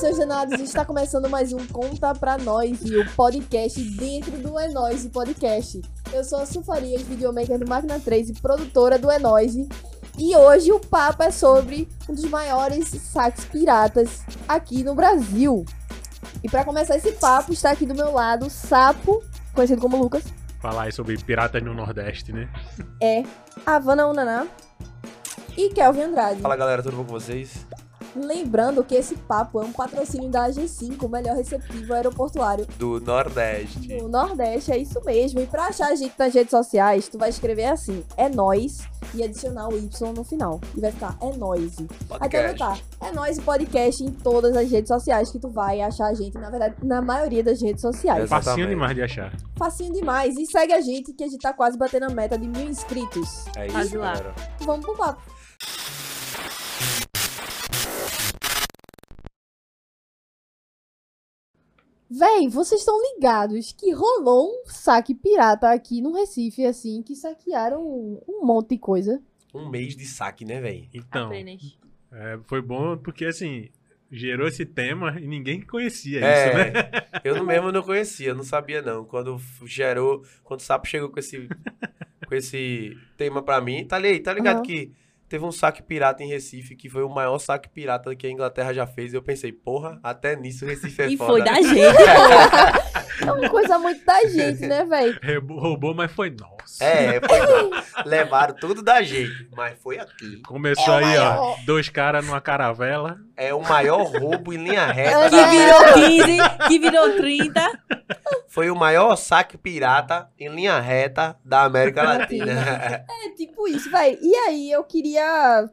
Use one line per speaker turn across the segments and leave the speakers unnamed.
condenados, está começando mais um Conta Pra Nós, e o podcast dentro do Enoise Podcast. Eu sou a Sufarias, videomaker do Máquina 3 e produtora do Enoise. E hoje o papo é sobre um dos maiores saques piratas aqui no Brasil. E pra começar esse papo, está aqui do meu lado o Sapo, conhecido como Lucas,
Falar aí sobre piratas no Nordeste, né?
Havana Unaná e Kelvin Andrade.
Fala galera, tudo bom com vocês?
Lembrando que esse papo é um patrocínio da G5, o melhor receptivo aeroportuário
Do Nordeste.
No Nordeste, é isso mesmo. E pra achar a gente nas redes sociais, tu vai escrever assim, é nós e adicionar o Y no final. E vai ficar é nós. Até
Podcast.
anotar, é nós podcast em todas as redes sociais que tu vai achar a gente, na verdade, na maioria das redes sociais.
Exato. Exatamente.
Facinho demais de achar.
Facinho demais. E segue a gente que a gente tá quase batendo a meta de mil inscritos.
É
Faz
isso,
lá.
galera.
Vamos pro papo. Véi, vocês estão ligados que rolou um saque pirata aqui no Recife, assim, que saquearam um um monte de coisa.
Um mês de saque, né, véi?
Então,
Apenas.
é, foi bom porque, assim, gerou esse tema e ninguém conhecia isso, né?
É, eu não- mesmo não conhecia, não sabia não. Quando f- gerou, quando o Sapo chegou com esse, com esse tema pra mim, tá, li- tá ligado
Aham.
que teve um saque pirata em Recife, que foi o maior saque pirata que a Inglaterra já fez. E eu pensei, porra, até nisso o Recife é
E
foda.
foi da gente.
É uma coisa muito da gente, né, véi?
Rebou- roubou, mas foi nosso.
É, foi da... levaram tudo da gente, mas foi aqui.
Começou
É o
aí, ó,
maior.
dois caras numa caravela.
É o maior roubo em linha
É,
reta.
Que
da-
virou 15, que virou 30.
Foi o maior saque pirata em linha reta da América Latina.
É tipo isso, véi. E aí, eu queria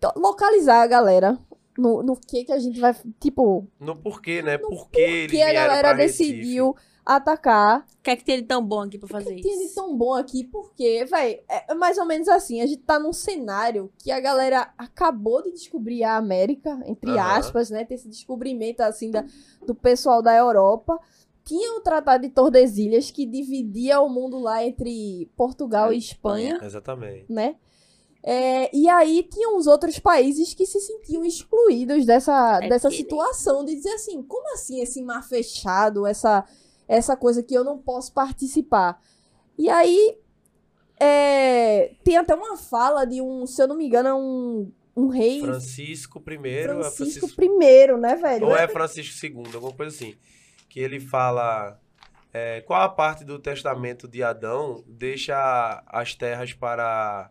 to- localizar a galera no, no que que a gente vai, tipo,
no porquê, né? Porque eles
que a
vieram
galera
pra Recife.
decidiu atacar
O que é que tem de tão bom aqui pra fazer
Tem de
isso?
tão bom aqui, porque, véi, é mais ou menos assim, a gente tá num cenário que a galera acabou de descobrir a América, entre
Aham.
aspas, né? Tem esse descobrimento, assim, da, do pessoal da Europa. Tinha o Tratado de Tordesilhas, que dividia o mundo lá entre Portugal e Espanha,
Exatamente.
né? É, e aí tinha uns outros países que se sentiam excluídos dessa,
É
dessa
que nem-
situação, de dizer assim, como assim esse mar fechado, essa, essa coisa que eu não posso participar? E aí é, tem até uma fala de um, se eu não me engano, é um, um rei
Francisco I,
Francisco,
é Francisco...
I, né, velho?
ou é Francisco II, alguma coisa assim. Que ele fala é, qual a parte do testamento de Adão deixa as terras para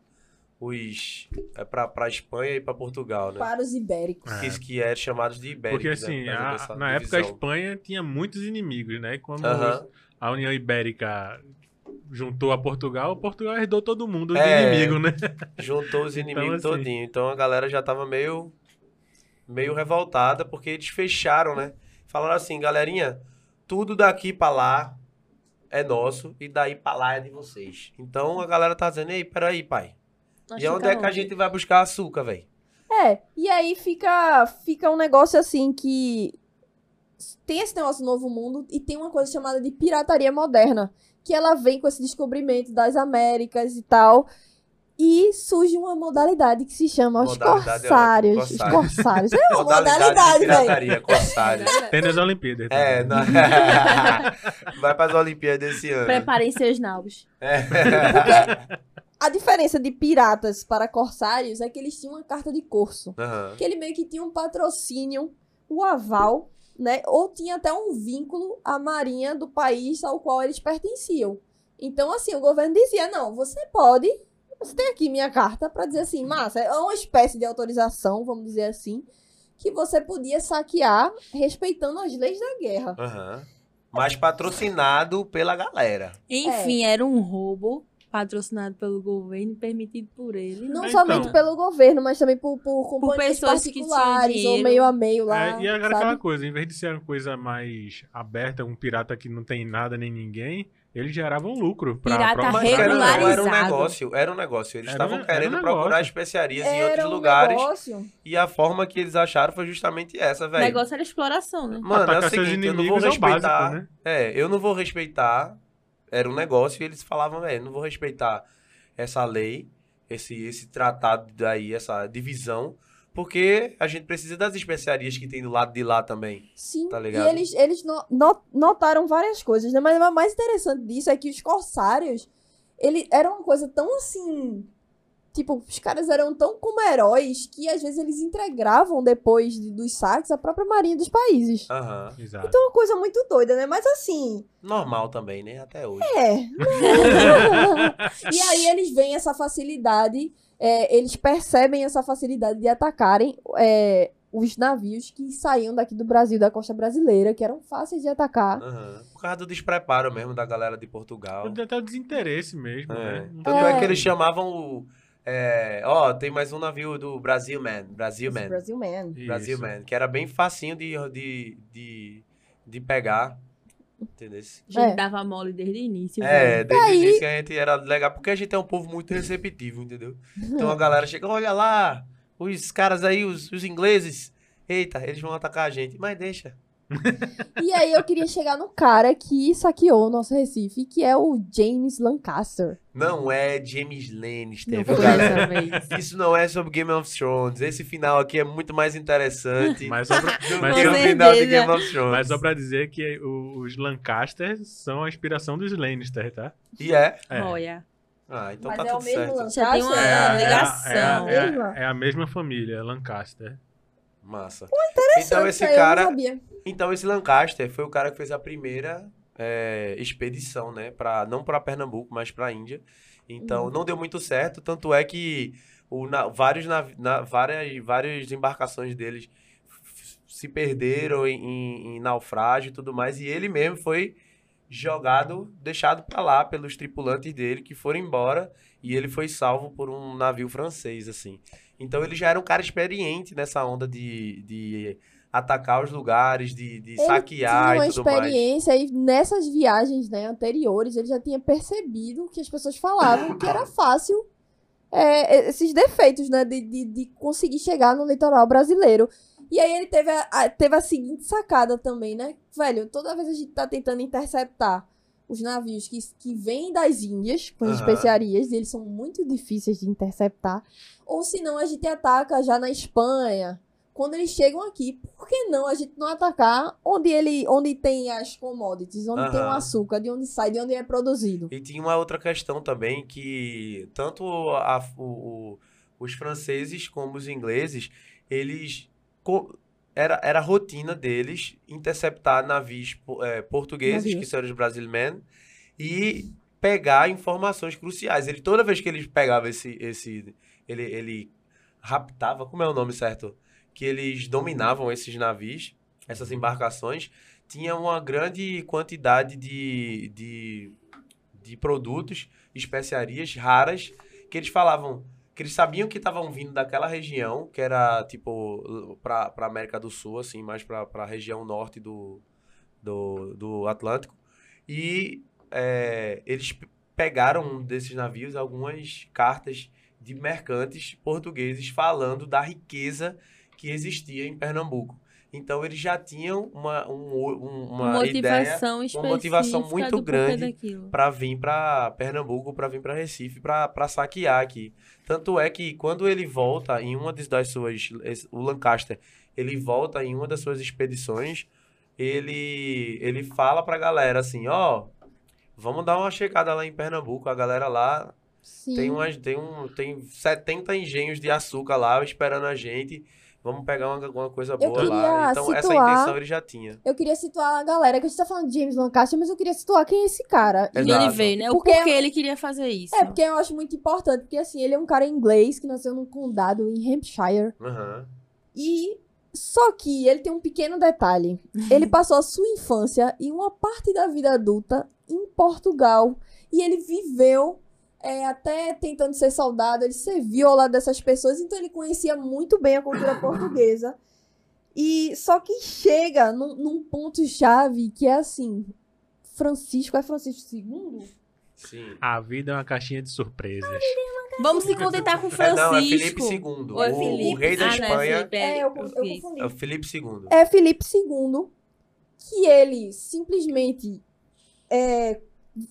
os é, para para Espanha e para Portugal, né?
Para os ibéricos.
É.
Que, que é chamados de ibéricos.
Porque,
né?
assim,
Por causa
a-
dessa
na época a
divisão.
Espanha tinha muitos inimigos, né? E Quando
Aham.
a União Ibérica juntou a Portugal, Portugal herdou todo mundo
É.
de inimigo, né?
Juntou os
Então,
inimigos
assim-
todinho. Então a galera já tava meio, meio revoltada, porque eles fecharam, né? Falaram assim, galerinha, tudo daqui pra lá é nosso e daí pra lá é de vocês. Então a galera tá dizendo, ei, peraí, pai.
Nós
e onde é que
ficamos.
a gente vai buscar açúcar, velho?
É, e aí fica, fica um negócio assim que tem esse negócio do novo mundo e tem uma coisa chamada de pirataria moderna, que ela vem com esse descobrimento das Américas e tal. E surge uma modalidade que se chama os
Modalidade é
corsários.
ótimo,
os corsários. É uma
de
modalidade, velho.
pirataria, corsário.
Tem nas Olimpíadas. né?
É,
também.
não... vai pras Olimpíadas desse ano.
Preparem seus naus.
A diferença de piratas para corsários é que eles tinham uma carta de curso.
Aham.
que ele meio que tinha um patrocínio, o aval, né? Ou tinha até um vínculo à marinha do país ao qual eles pertenciam. Então, assim, o governo dizia: não, você pode. Você tem aqui minha carta para dizer assim, massa, é uma espécie de autorização, vamos dizer assim, que você podia saquear respeitando as leis da guerra.
Aham. Mas patrocinado pela galera.
Enfim, era um roubo patrocinado pelo governo, permitido por ele.
Não
Então.
somente pelo governo, mas também por, por companhias
pessoas que tinham
particulares ou
dinheiro.
meio a meio lá.
É, e agora
sabe?
aquela coisa, em vez de ser uma coisa mais aberta, um pirata que não tem nada nem ninguém, eles geravam lucro. Pra,
Pirata
pra-
Mas
pra-
era, não, era um
regularizado.
negócio, era um negócio. Eles
Era
estavam
um- era
querendo
um
procurar
negócio.
especiarias em
Era
outros
um
lugares.
negócio.
E a forma que eles acharam foi justamente essa,
O
velho.
negócio era exploração, né?
Mano, é o
Atacar seus
seguinte, eu não vou
inimigos é o básico,
respeitar.
né?
É, eu não vou respeitar. Era um negócio e eles falavam, velho, não vou respeitar essa lei, esse, esse tratado daí, essa divisão, Porque a gente precisa das especiarias que tem do lado de lá também.
Sim,
Tá
e
ligado?
eles, eles no- no- notaram várias coisas, né? Mas o mais interessante disso é que os corsários, ele era uma coisa tão assim. Tipo, os caras eram tão como heróis que às vezes eles entregavam depois de- dos saques a própria marinha dos países.
Aham.
Exato.
Então é uma coisa muito doida, né? Mas assim,
Normal também, né? Até hoje.
é.
Então-
e aí eles veem essa facilidade, é, eles percebem essa facilidade de atacarem é, os navios que saíam daqui do Brasil, da costa brasileira, que eram fáceis de atacar.
Aham. Por causa do despreparo mesmo da galera de Portugal.
Até o desinteresse mesmo,
Então- É.
né?
Tanto é.
É.
que eles chamavam o. é, ó, tem mais um navio do Brasil Man. Brasil Man.
Brasil Man.
Isso.
Brasil Man. Que era bem facinho de, de, de, de pegar. Entendeu?
A gente
É.
dava mole desde o início.
É,
velho.
desde o
Aí-
início que a gente era legal, porque a gente é um povo muito receptivo, entendeu? Então a galera chega, olha lá, os caras aí, os, os ingleses, eita, eles vão atacar a gente, mas deixa.
E aí eu queria chegar no cara que saqueou o nosso Recife, que é o James Lancaster.
Não é James Lannister,
Não
viu,
foi
galera?
dessa vez.
Isso não é sobre Game of Thrones, esse final aqui é muito mais interessante
Mas só pra,
do
mas
que
só-
o um final de
certeza.
Game of Thrones.
mas só pra dizer que o- os Lancasters são a inspiração dos Lannister, tá?
E é?
É.
Olha.
Ah, então
Mas
tá
é o
tudo
mesmo
certo.
lance.
Você tem uma
É, é,
ligação.
É, a- é a-
Mesma?
é a mesma família, Lancaster.
Massa.
Isso
Então esse
aí eu
cara,
não sabia.
Então esse Lancaster foi o cara que fez a primeira é, expedição, né, para não para Pernambuco, mas para Índia. Então
Uhum.
não deu muito certo, tanto é que o na- vários nav- na- várias várias embarcações deles f- se perderam em, em- em naufrágio e tudo mais, e ele mesmo foi jogado, deixado para lá pelos tripulantes dele que foram embora e ele foi salvo por um navio francês assim. Então ele já era um cara experiente nessa onda de, de atacar os lugares, de, de
Ele
saquear
tinha uma
e tudo mais.
experiência e nessas viagens né, anteriores ele já tinha percebido que as pessoas falavam que era fácil é, esses defeitos né, de, de, de conseguir chegar no litoral brasileiro. E aí ele teve a, a- teve a seguinte sacada também, né? Velho, toda vez a gente tá tentando interceptar os navios que, que vêm das Índias com as
Aham.
especiarias, e eles são muito difíceis de interceptar. Ou senão a gente ataca já na Espanha. Quando eles chegam aqui, por que não a gente não atacar onde ele onde tem as commodities, onde tem o
Aham.
açúcar, de onde sai, de onde é produzido?
E tinha uma outra questão também que tanto a- o- o- os franceses como os ingleses, eles co- era, era a rotina deles interceptar navios po- eh, portugueses,
Navios.
que são os Brasilmen, e pegar informações cruciais. Ele, toda vez que ele pegava esse... esse ele, ele raptava, como é o nome certo? Que eles dominavam esses navios, essas embarcações, tinha uma grande quantidade de, de, de produtos, especiarias raras, que eles falavam, que eles sabiam que estavam vindo daquela região, que era tipo l- pra, pra América do Sul, assim, mais pra, pra região norte do, do, do Atlântico. E é, eles pe- pegaram um desses navios algumas cartas de mercantes portugueses falando da riqueza que existia em Pernambuco. Então eles já tinham uma, um o- um- uma ideia
motivação específica.
uma motivação muito
do porquê
grande
daquilo.
para vir para Pernambuco, para vir para Recife, para saquear aqui. Tanto é que quando ele volta em uma das- das suas, esse- o Lancaster, ele volta em uma das suas expedições, ele ele fala pra galera assim, ó, vamos dar uma checada lá em Pernambuco, a galera lá
Sim.
tem, umas, tem, um, tem 70 engenhos de açúcar lá esperando a gente. Vamos pegar uma, alguma coisa boa lá.
queria
Então, essa
situar-
intenção ele já tinha.
Eu queria situar a galera, que a gente tá falando de James Lancaster, mas eu queria situar quem é esse cara. E-
De
Exato.
onde veio, né? O
Porque-
porquê ele queria fazer isso.
É, porque eu acho muito importante, porque assim, ele é um cara inglês que nasceu num condado em Hampshire.
Aham.
E só que ele tem um pequeno detalhe. Ele passou a sua infância e uma parte da vida adulta em Portugal. E ele viveu é, até tentando ser soldado, ele serviu ao lado dessas pessoas, então ele conhecia muito bem a cultura portuguesa. E só que chega num, num ponto-chave que é assim: Francisco é Francisco II?
Sim.
A vida é uma caixinha de surpresas.
Vamos se contentar com
É,
Francisco.
não, é Felipe II.
Ou é
o,
Felipe?
o rei da
Ah, não, é
Espanha
Felipe,
É, eu, eu
português.
confundi.
é o Felipe II.
é Felipe II, que ele simplesmente é,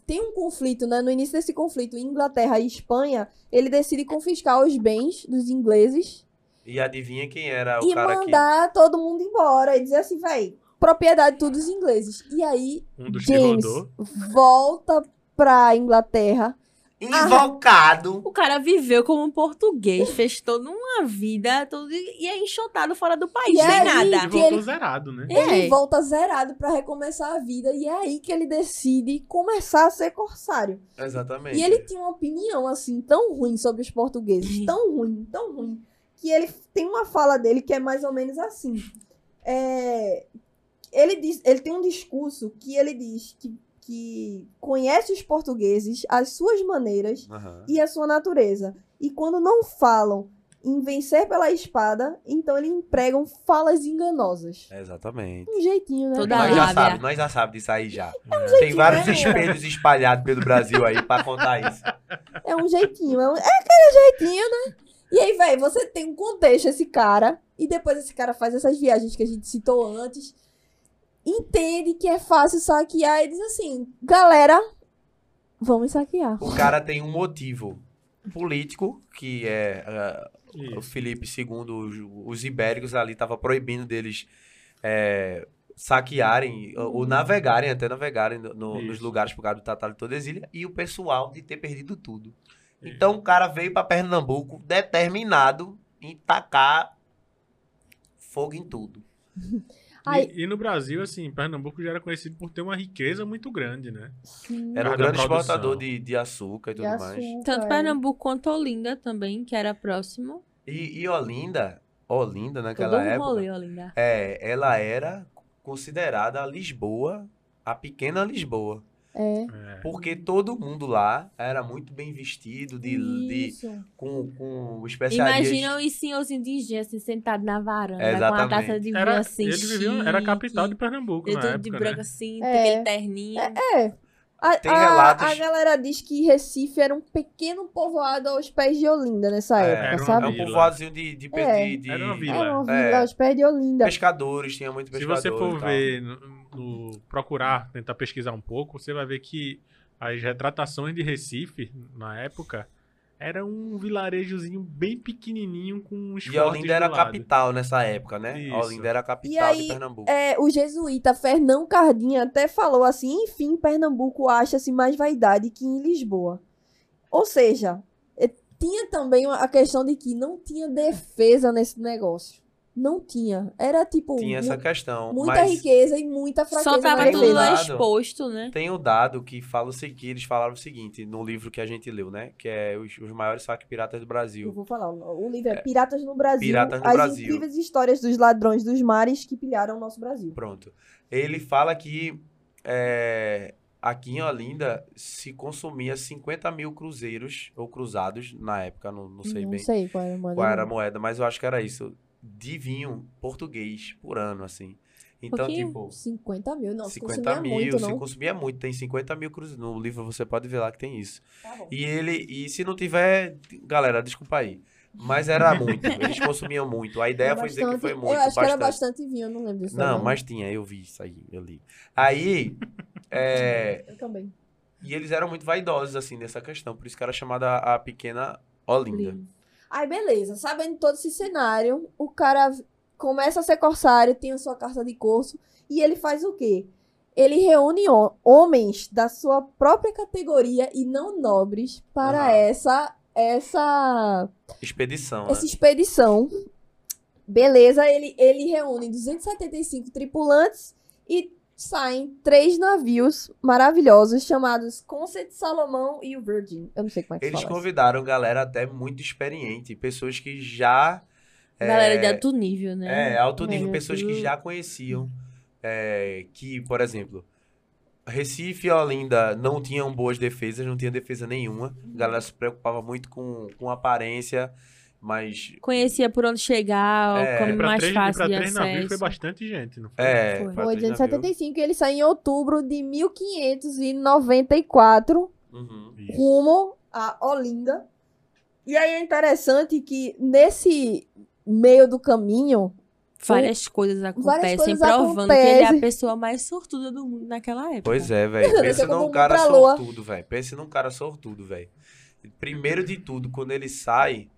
tem um conflito, né? No início desse conflito, Inglaterra e Espanha, ele decide confiscar os bens dos ingleses
E adivinha quem era
É
o
e
cara
mandar todo mundo embora e dizer assim, véi, propriedade tudo dos ingleses. E aí,
Um dos
James
que rodou.
volta pra Inglaterra.
que. Invocado!
O cara viveu como um português, fez toda uma vida todo, e é enxotado fora do país,
E é
sem
aí,
E
nada.
que
voltou
ele-
zerado, né?
É.
Ele volta zerado pra recomeçar a vida. E é aí que ele decide começar a ser corsário.
Exatamente.
E ele tinha uma opinião, assim, tão ruim sobre os portugueses. Tão ruim, tão ruim. Que ele tem uma fala dele que é mais ou menos assim. É, ele, diz, ele tem um discurso que ele diz que, que conhece os portugueses, as suas maneiras
Aham.
e a sua natureza. E quando não falam em vencer pela espada, então eles empregam falas enganosas.
Exatamente.
Um jeitinho, né?
Toda
cara?
Nós já
lábia.
sabe, nós já sabe disso aí já.
jeitinho,
Tem vários
é.
né?
espelhos espalhados pelo Brasil aí pra contar isso.
É um jeitinho, é, um- é aquele jeitinho, né? E aí, velho, você tem um contexto, esse cara, e depois esse cara faz essas viagens que a gente citou antes, entende que é fácil saquear e diz assim, galera, vamos saquear.
O cara tem um motivo político, que é ah, o
Isso.
Felipe II, os, os ibéricos ali tava proibindo deles é, saquearem ou, ou navegarem, até navegarem no- no- nos
Isso.
lugares por causa do Tratado de Tordesilhas, e o pessoal de ter perdido tudo.
Isso.
Então o cara veio pra Pernambuco determinado em tacar fogo em tudo.
Aí,
E, e no Brasil, assim, Pernambuco já era conhecido por ter uma riqueza muito grande, né?
sim,
Era um
Por causa da
grande
produção.
exportador de, de açúcar e tudo
de
mais.
açúcar,
Tanto
é.
Pernambuco quanto Olinda também, que era próximo.
E, e Olinda, Olinda
Todo
naquela
um
época,
rolê, Olinda.
é, ela era considerada a Lisboa, a pequena Lisboa.
É.
É.
Porque todo mundo lá era muito bem vestido, de, de,
Isso.
com, com especiarias.
Imagina os senhorzinhos de engenho assim, sentado na varanda, com a
Exatamente.
taça de vinho
Era,
assim,
eles viviam, era a capital de
chique,
Pernambuco
tudo
na
de
época,
branco
né?
assim,
É.
aquele terninho.
É. A,
Tem
a-
relatos-
a galera diz que Recife era um pequeno povoado aos pés de Olinda nessa
É,
época,
era uma
sabe?
É um
Vila.
povoadozinho de, de, pe-
É.
de- de-
Era uma vila.
Era uma
É.
vila aos pés de Olinda.
pescadores, tinha muito
Se
pescador.
você
e
for
tal.
ver, no- no- procurar, tentar pesquisar um pouco, você vai ver que as retratações de Recife, na época, era um vilarejozinho bem pequenininho com um
E Olinda era a capital nessa época, né?
Isso.
Olinda era a
E
capital
aí,
de Pernambuco.
É, o jesuíta Fernão Cardinha até falou assim: enfim, Pernambuco acha-se mais vaidade que em Lisboa. Ou seja, é, tinha também a questão de que não tinha defesa nesse negócio. Não tinha. Era tipo.
tinha essa
mu-
questão.
muita
mas...
riqueza e muita fraqueza.
Só tava
na
tudo
defesa.
lá
Lado.
exposto, né?
Tem o dado que fala o seguinte, eles falaram o seguinte no livro que a gente leu, né? Que é os, os maiores saque piratas do
Eu
Brasil.
vou falar, o o livro é Piratas no Brasil.
Piratas no
as
Brasil.
incríveis histórias dos ladrões dos mares que pilharam o nosso Brasil.
Pronto. Ele fala que é, aqui em Olinda se consumia 50 mil cruzeiros ou cruzados na época, não, não sei
não
bem
sei qual era, mano.
qual era a moeda, mas eu acho que era isso. De vinho português por ano, assim. Então,
Pouquinho.
tipo.
50 mil, não.
50
50
mil,
muito,
se
não.
consumia muito, tem 50 mil cruzeiros. No livro você pode ver lá que tem isso.
Tá bom.
E ele, e se não tiver, galera, desculpa aí. Mas era muito, eles consumiam muito. A ideia foi dizer que
Bastante-
foi muito,
Eu acho que era
bastante.
bastante vinho, eu não lembro
é
disso.
Não,
agora.
mas tinha, eu vi isso aí, eu li. Aí, é,
Eu também.
e eles eram muito vaidosos, assim, nessa questão. Por isso que era chamada a pequena Olinda.
Aí, beleza. Sabendo todo esse cenário, o cara começa a ser corsário, tem a sua carta de curso, e ele faz o quê? Ele reúne ho- homens da sua própria categoria e não nobres para
Aham.
essa essa
Expedição, né?
essa expedição. Beleza, ele, ele reúne 275 tripulantes e saem três navios maravilhosos chamados Conceito Salomão e o Virgin. Eu não sei como é que
né? Eles
fala. isso.
convidaram galera até muito experiente, pessoas que já. é,
Galera de alto nível, né?
É, alto nível,
Olha,
pessoas que
tudo-
já conheciam. é, que, por exemplo, Recife e Olinda não tinham boas defesas, não tinha defesa nenhuma. A galera se preocupava muito com, com aparência, mas.
Conhecia por onde
É,
chegar, o
E
caminho
pra
mais
três, e
fácil
pra
de
três navios foi
acesso.
bastante gente, não foi?
É,
Foi.
pra
Foi
três navios.
275 e ele sai em outubro de 1594,
Uhum.
Isso.
rumo a Olinda. E aí é interessante que nesse meio do caminho,
Várias coisas acontecem,
coisas
provando que ele é
acontecem.
a pessoa mais sortuda do mundo naquela época.
Pois é, velho. Pensa
Todo
num
mundo
cara
pra lua.
sortudo, velho. Pensa num cara sortudo, velho. Primeiro de tudo, quando ele sai,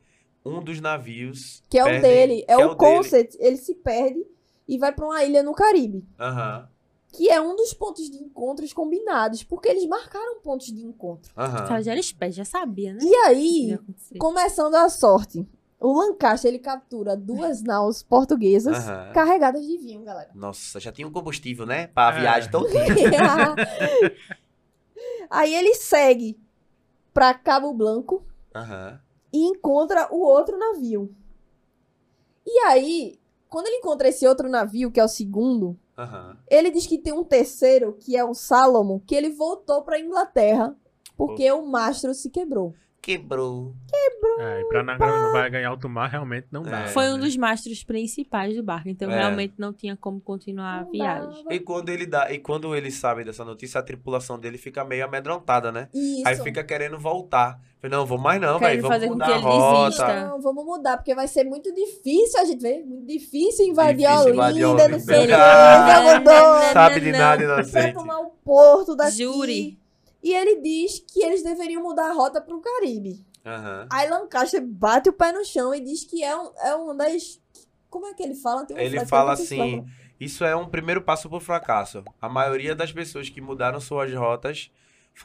um dos navios.
Que é o
perde-
dele, é
que
o
dele.
Concept. Ele se perde e vai pra uma ilha no Caribe.
Aham.
Que é um dos pontos de encontros combinados, porque eles marcaram pontos de encontro.
Aham.
Ela já era esperta, já sabia, né?
E
que ia
aí,
acontecer.
começando a sorte, o Lancaster ele captura duas naus portuguesas
Aham.
carregadas de vinho, galera.
Nossa, já tinha um combustível, né? Pra
É.
viagem todinha.
Aí ele segue pra Cabo Blanco
Aham.
e encontra o outro navio. E aí, quando ele encontra esse outro navio, que é o segundo,
Aham.
ele diz que tem um terceiro, que é o Salomon, que ele voltou pra Inglaterra porque o mastro se quebrou.
Quebrou.
É, e pra Nagano não vai ganhar alto mar, realmente não dá.
É,
Foi um
né?
dos mastros principais do barco, então
É.
realmente não tinha como continuar a
Não
viagem.
dava.
E quando ele dá, e quando ele sabe dessa notícia, a tripulação dele fica meio amedrontada, né?
Isso.
Aí fica querendo voltar. Falei, Não, vou mais não,
Quero
velho. Vamos
fazer com
mudar
que
a
ele
rota.
desista.
Não, vamos mudar, porque vai ser muito difícil a gente ver. Muito difícil invadir
Difícil
a
invadir a
Olinda, não
Olinda.
sei o que.
Ah,
Já mudou.
Sabe de
Não,
nada,
quer
inocente.
tomar o porto daqui.
Jure.
E ele diz que eles deveriam mudar a rota pro Caribe.
Aham.
Aí Lancaster bate o pé no chão e diz que é um, é um das. Como é que ele fala? Tem uma
Ele
frase que
fala
eu nunca esqueço.
assim: Isso é um primeiro passo pro fracasso. A maioria das pessoas que mudaram suas rotas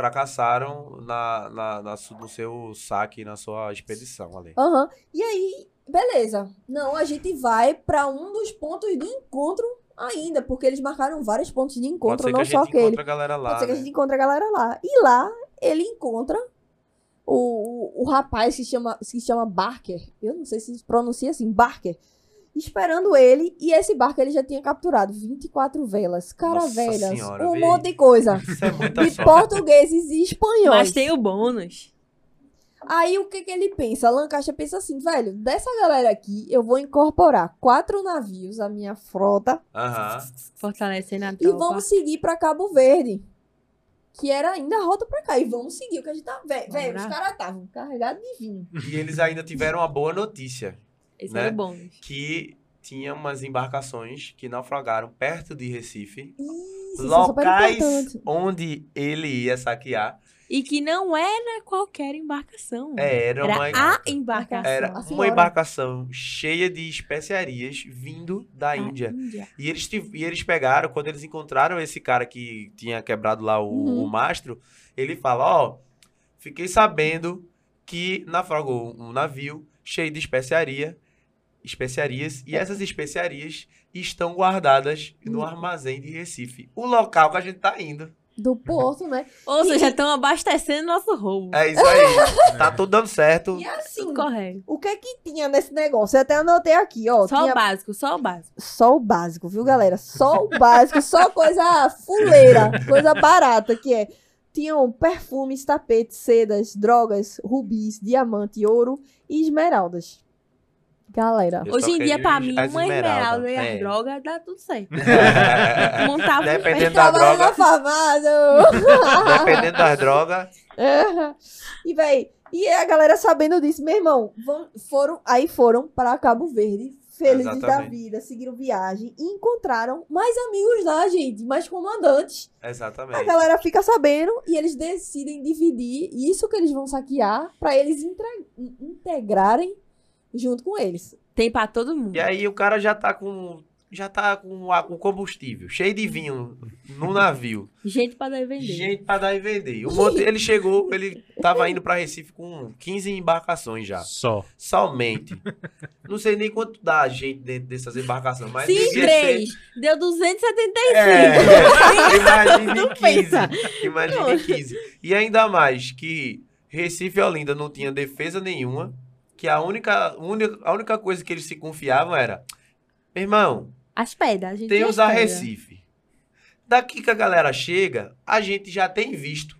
fracassaram na, na, na su- no seu saque, na sua expedição ali.
Aham. E aí, beleza. Não, a gente vai pra um dos pontos de encontro ainda, porque eles marcaram vários pontos de
Pode
encontro,
ser que
não
a
só
gente
aquele.
encontre a galera lá.
Pode ser que a
né?
gente encontre a galera lá. E lá ele encontra o, o, o rapaz que se chama, se chama Barker. Eu não sei se pronuncia assim, Barker. Esperando ele, e esse barco ele já tinha capturado 24 velas, caravelas,
Senhora,
um
vê.
monte de coisa.
Isso é muita
De
sorte.
portugueses e espanhóis.
Mas tem o bônus.
Aí o que, que ele pensa? Lancaster pensa assim, velho, dessa galera aqui eu vou incorporar quatro navios à minha frota
Aham.
Fortalecendo a
e
tropa.
vamos seguir pra Cabo Verde. Que era ainda a rota pra cá. E vamos seguir o que a gente tá. Velho,
Bora.
os caras estavam carregados de vinho.
E eles ainda tiveram uma boa notícia.
Esse
né?
era o bônus.
Que tinha umas embarcações que naufragaram perto de Recife.
Isso, isso é super
locais
importante.
onde ele ia saquear
E que não era qualquer embarcação.
É, era
Era
uma,
a embarcação.
era
A
uma
senhora.
embarcação cheia de especiarias vindo da Índia. E eles, tiv- e eles pegaram, quando eles encontraram esse cara que tinha quebrado lá o,
Uhum.
o mastro, ele fala, ó, fiquei sabendo que naufragou um navio cheio de especiaria, especiarias, e essas especiarias estão guardadas no
Uhum.
armazém de Recife. O local que a gente tá indo.
Do Porto, né?
Ou seja, estão abastecendo nosso roubo.
É isso aí. tá tudo dando certo.
E assim,
Tudo correto.
o que é que tinha nesse negócio? Eu até anotei aqui, ó.
Só
tinha
o básico, só o básico.
só o básico, viu, galera? Só o básico, só coisa fuleira, coisa barata, que é. Tinham perfumes, tapetes, sedas, drogas, rubis, diamante, ouro e esmeraldas. Galera,
Eu só
Hoje em dia,
queria
pra
as
mim, uma
esmeralda.
esmeralda e a
É.
droga dá tudo certo. Montava um
Dependendo da
trabalhando na
droga,
farmácia.
dependendo das drogas.
É. e, véi, e a galera sabendo disso, meu irmão, vão- foram, aí foram para Cabo Verde, felizes da
Exatamente.
vida, seguiram viagem e encontraram mais amigos lá, gente, mais comandantes. A
Exatamente.
galera fica sabendo e eles decidem dividir isso que eles vão saquear pra eles intra- in- integrarem junto com eles.
Tem pra todo mundo.
E aí o cara já tá com. Já tá com a- o combustível, cheio de vinho no navio.
Gente pra dar e vender.
Gente pra dar e vender. O monte, ele chegou, ele tava indo pra Recife com 15 embarcações já.
Só.
Somente. Não sei nem quanto dá gente dentro dessas embarcações, mas.
Se
devia
três, deu 275.
ser- É, imagine 15.
pensa.
Imagine 15. E ainda mais que Recife e Olinda não tinha defesa nenhuma, que a única, única, a única coisa que eles se confiavam era, meu irmão,
As pedras, a gente
tem
as
os a
pedras.
Recife. Daqui que a galera chega, a gente já tem visto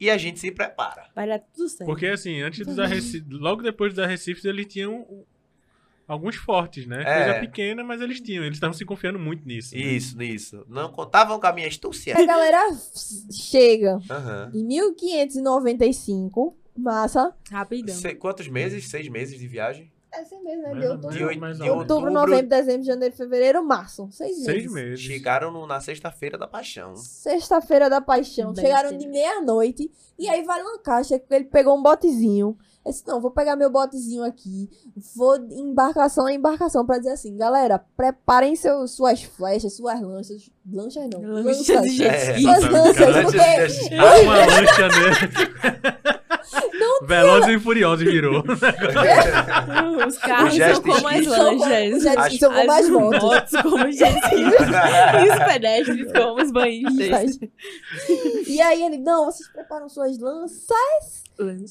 e a gente se prepara.
Vai dar tudo certo.
Porque assim, antes dos Arrecife, logo depois dos Arrecifes, eles tinham o- alguns fortes, né?
É.
Coisa pequena, mas eles tinham. Eles estavam se confiando muito nisso. né?
Isso, isso. Não contavam com a minha astúcia.
A galera s- chega
Aham.
em 1595, massa.
Rapidão.
Se- Quantos meses? Seis meses de viagem?
Essa mesmo, né?
Mais
De
ou
outubro,
De, oito-
mais
de
ou menos.
outubro,
outubro,
novembro, dezembro, janeiro, fevereiro, março. Seis meses.
Seis meses.
chegaram no- na sexta-feira da paixão.
Sexta-feira da paixão.
Bem
Chegaram
cedo.
de meia-noite. E aí vai Lancaster, que ele pegou um botezinho. Eu disse, não, vou pegar meu botezinho aqui, vou de embarcação a embarcação pra dizer assim, galera, preparem seu, suas flechas, suas lanchas, lanchas não,
Lancha de jet
É,
ski.
Mas não, vocês
Antes Ah,
porque-
de-
Há uma lancha nele. Veloz e furioso virou.
Os carros
O jet
são como
ski.
as
São como-
lanchas.
os jet skis são como as motos.
como os jet skis. E os pedestres como os banhistas.
E aí ele, não, vocês preparam suas lanças,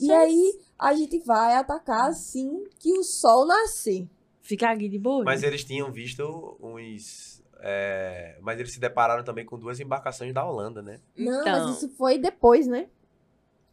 e aí a gente vai atacar assim que o sol nascer.
Ficar aqui de boa.
Mas eles tinham visto uns. é, Mas eles se depararam também com duas embarcações da Holanda, né?
Não,
Então.
mas isso foi depois, né?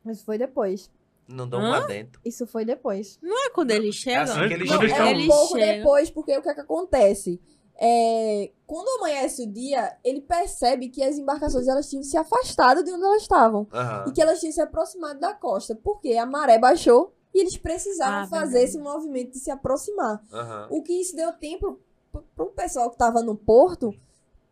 Mas foi depois.
Não dão
Hã?
pra dentro.
Isso foi depois.
Não é quando eles chegam?
assim que eles
Não,
chegam.
É um
Eles
pouco
chegam.
depois, porque o que é que acontece? É, quando amanhece o dia, ele percebe que as embarcações elas tinham se afastado de onde elas estavam.
Aham.
E que elas tinham se aproximado da costa, porque a maré baixou e eles precisavam
Ah,
fazer
verdade.
esse movimento de se aproximar.
Aham.
O que isso deu tempo p- pro pessoal que estava no porto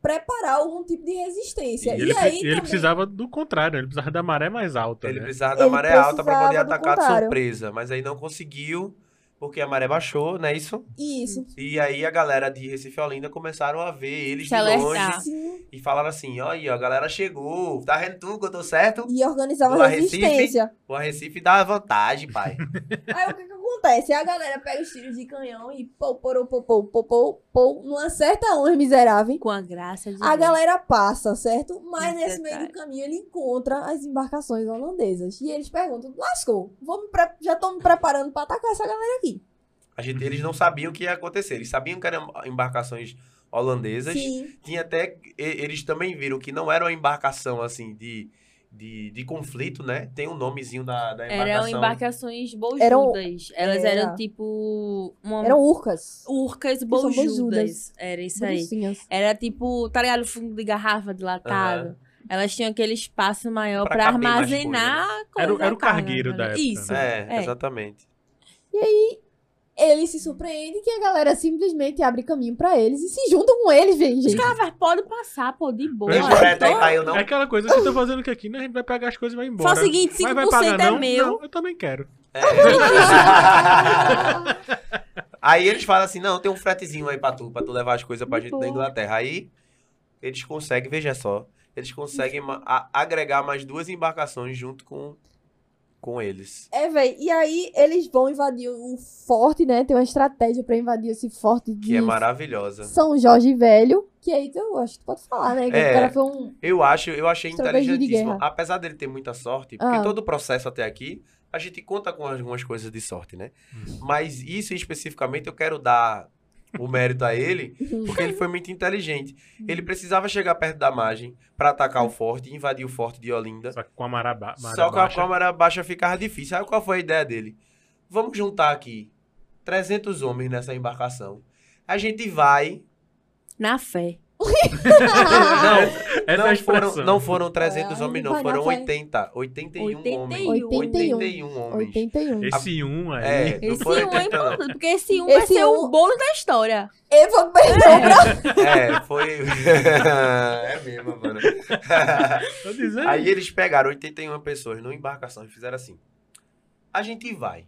preparar algum tipo de
E
resistência. E,
ele, pre-
aí
ele
também-
precisava do contrário, né? ele precisava da maré mais alta.
Ele
né?
precisava da
Ele
maré alta pra poder
precisava do
atacar de
contrário.
surpresa. Mas aí não conseguiu, porque a maré baixou, não é isso?
Isso.
E aí a galera de Recife e Olinda começaram a ver eles
Se
de
alertar.
longe
Sim.
e falaram assim: ó, aí, ó, a galera chegou, tá vendo tudo que eu tô certo?
E organizava
Lá, Recife.
resistência.
O Recife dá vantagem, pai.
Aí o que que acontece? A galera pega os tiros de canhão e pô, porô, pô, pô, pô, pô, pô, não acerta um miserável.
Com a graça de
A
Deus.
galera passa, certo? Mas
é. Isso
nesse
é
meio do
verdade.
caminho ele encontra as embarcações holandesas. E eles perguntam, lascou, vou me pre- já estão me preparando pra atacar essa galera aqui.
A gente, eles não sabiam o que ia acontecer. Eles sabiam que eram embarcações holandesas.
Sim,
Tinha até. e- Eles também viram que não era uma embarcação assim de, de, de conflito, né? Tem um nomezinho da, da
É
Eram
embarcação.
embarcações bojudas.
Eram-
Elas
Era.
eram tipo. Uma...
eram urcas.
urcas
são
bojudas.
bojudas.
Era isso aí.
Brucinhas.
Era tipo, tá ligado? Fundo de garrafa dilatado. Elas tinham aquele espaço maior
Pra
pra,
caber mais
armazenar coisa.
Era o- era o
carga,
cargueiro
né?
da época,
Isso.
É,
É.
exatamente.
Ele se surpreende que a galera simplesmente abre caminho pra eles e se juntam com eles, vem, gente.
Ah, mas pode passar, pô, de boa.
É. Mas
Tem frete aí pra eu não.
É aquela coisa, vocês estão fazendo o que aqui? Né? A gente vai pegar as coisas e vai embora.
Faz o seguinte,
Mas vai
5%
pagar,
é
não?
meu.
Não, eu também quero.
É. Aí eles falam assim: não, tem um fretezinho aí pra tu, pra tu levar as coisas pra
De
gente da
boa.
Inglaterra. Aí eles conseguem, veja só, eles conseguem ma- a- agregar mais duas embarcações junto com, com eles.
É, véi. E aí eles vão invadir o forte, né? Tem uma estratégia pra invadir esse forte de
Que é maravilhosa.
São Jorge Velho. Que aí eu acho que tu pode falar, né? Que
É.
o cara foi um.
Eu acho, eu achei
Estratégia de
inteligentíssimo.
guerra.
Apesar dele ter muita sorte, porque
Ah.
todo o processo até aqui, a gente conta com algumas coisas de sorte, né? Mas isso especificamente eu quero dar o mérito a ele, porque ele foi muito inteligente. Ele precisava chegar perto da margem pra atacar o forte, invadir o forte de Olinda.
Só que com a maré, ba maré
Só que a
baixa.
câmara baixa ficava difícil. Aí qual foi a ideia dele? Vamos juntar aqui 300 homens nessa embarcação. A gente vai.
Na fé.
Não,
Essa é a
não,
expressão.
foram, não foram 300
É, a
homens,
gente
não.
vai na
Foram
fé.
80. 81 homens.
81.
81 homens.
81.
Esse um aí.
É, não
Esse
foi
um é
80, não.
importante, porque esse um vai
Esse
ser
um-
o bolo da história.
Eu vou perder.
É, foi. é mesmo, mano.
Tô dizendo.
Aí eles pegaram 81 pessoas numa embarcação e fizeram assim. A gente vai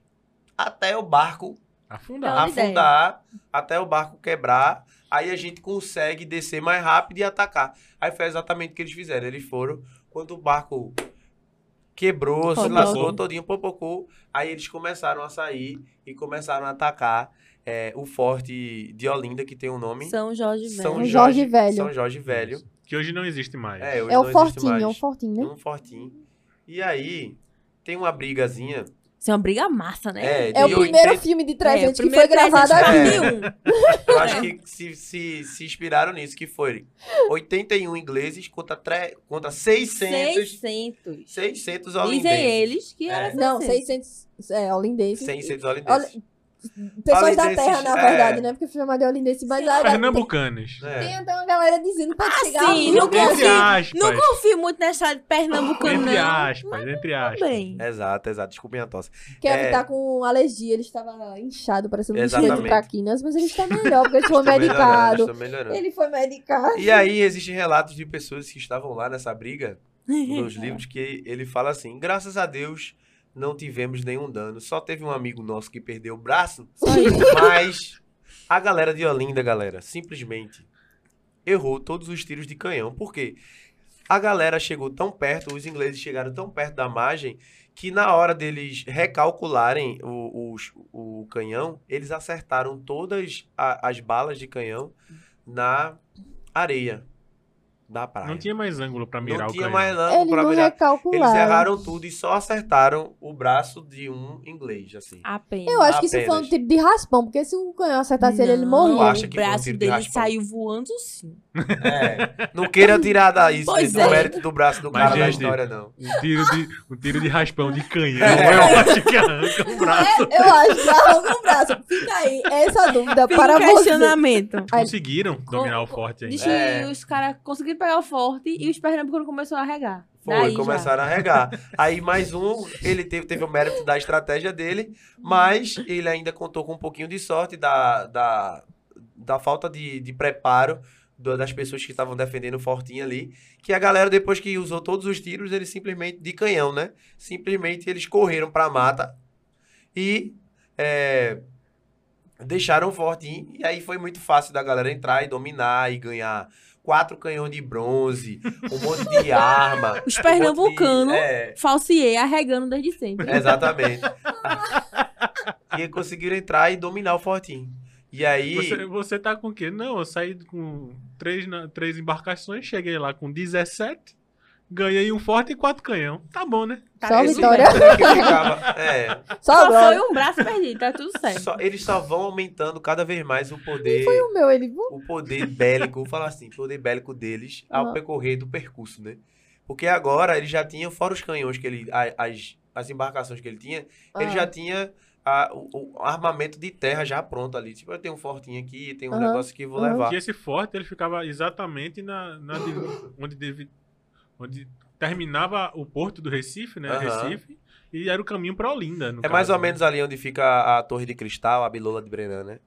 até o barco
Afundar.
Então,
Boa
Então, afundar até o barco quebrar. Aí a gente consegue descer mais rápido e atacar. Aí foi exatamente o que eles fizeram. Eles foram, quando o barco quebrou, se
Popocou.
lascou todinho, popocou. Aí eles começaram a sair e começaram a atacar é, o forte de Olinda, que tem um nome.
São Jorge Velho.
São Jorge Velho.
São Jorge Velho.
Que hoje não existe mais.
É, hoje
É
não
o
existe
fortinho,
mais.
é o fortinho, né?
Um fortinho. E aí, tem uma brigazinha.
Isso é uma briga massa, né?
É,
É o
de
primeiro
80
filme de
É,
300
o
que foi
primeiro
gravado
300
aqui.
foi
É.
de um.
Eu acho que se, se, se inspiraram nisso, que foram 81 ingleses contra, tre- contra 600,
600.
600
Dizem
holandeses.
eles que
É.
era
Não,
600.
600. É, holandês.
600
Olha,
holandeses.
pessoas da
Holandeses,
terra, na
é.
verdade, né? Porque foi chamado de holandês. Mas a
Pernambucanas.
É.
tem até uma galera dizendo pra chegar
Ah,
né?
sim,
lá.
não
Entre
confio.
aspas.
Não confio muito nessa pernambucana,
entre
não.
aspas, entre aspas.
Também.
Exato, exato. Desculpem a tosse.
Kevin
É.
tá com alergia, ele estava inchado, parecendo um bichinho de
Exatamente.
traquinas, mas ele está melhor, porque ele foi
Estou melhorando,
medicado.
estou melhorando.
Ele foi medicado.
E aí, existem relatos de é. pessoas que estavam lá nessa briga, nos livros, que ele fala assim, graças a Deus, não tivemos nenhum dano. Só teve um amigo nosso que perdeu o braço,
Só isso.
mas a galera de Olinda, galera, simplesmente errou todos os tiros de canhão. Por quê? A galera chegou tão perto, os ingleses chegaram tão perto da margem, que na hora deles recalcularem o, os- o canhão, eles acertaram todas a- as balas de canhão na areia da praia.
Não tinha mais ângulo pra mirar
Não
o
tinha
canhão.
mais nada
Eles
pra
não
mirar. Eles
recalcularam.
erraram tudo e só acertaram o braço de um inglês, assim.
Apenas.
Eu acho que isso foi um
Apenas.
tipo de raspão, porque se o canhão acertasse ele, ele
Não,
morria.
Tu acha
O
que foi um
braço
tiro de
dele
raspão?
saiu voando sim.
É. Não queira tirar da isso,
Pois
do
é.
mérito do braço do
Mas,
cara da
gente,
história, não.
Um tiro de, um tiro de raspão de canhão.
É.
Eu acho que arranca o braço.
Eu acho que arranca o braço. Fica aí essa dúvida
Fica
para
o
você.
um questionamento.
Ai.
Conseguiram dominar o forte ainda.
Diz que
É.
os caras conseguiram pegar o forte e os pernambucanos começaram a regar.
Foi,
Daí já.
começaram a regar. Aí mais um, ele teve, teve o mérito da estratégia dele, mas ele ainda contou com um pouquinho de sorte da, da, da falta de, de preparo do- das pessoas que estavam defendendo o Fortinho ali, que a galera, depois que usou todos os tiros, eles simplesmente, de canhão, né? Simplesmente eles correram pra mata e é, deixaram o Fortinho, e aí foi muito fácil da galera entrar e dominar e ganhar quatro canhões de bronze, um monte de arma,
Os
um monte de-
pernambucanos
É,
falsiei arregando desde sempre.
exatamente. e conseguiram entrar e dominar o Fortim. E aí.
Você, você tá com o quê? Não, eu saí com três, na- três embarcações, cheguei lá com 17, ganhei um forte e quatro canhão. Tá bom, né?
Só
Tá tudo
vitória.
bem.
Como é que ficava? É,
Só
Só
agora.
foi um braço perdido, tá tudo certo.
só- eles só vão aumentando cada vez mais o poder.
O meu, ele.
O poder bélico, vou falar assim, o poder bélico deles ao
Ah.
percorrer do percurso, né? Porque agora ele já tinha, fora os canhões que ele. a- As, as embarcações que ele tinha,
Ah.
ele já tinha a- o, o armamento de terra já pronto ali. Tipo, eu tenho um fortinho aqui, tem um
Aham,
negócio que eu vou
aham.
levar.
Que esse forte ele ficava exatamente na, na de- onde deve, onde terminava o porto do Recife, né?
Aham.
Recife, e era o caminho pra Olinda. no
É mais
caso,
ou
né?
menos ali onde fica a, a Torre de Cristal, a Bilola de Brenan, né?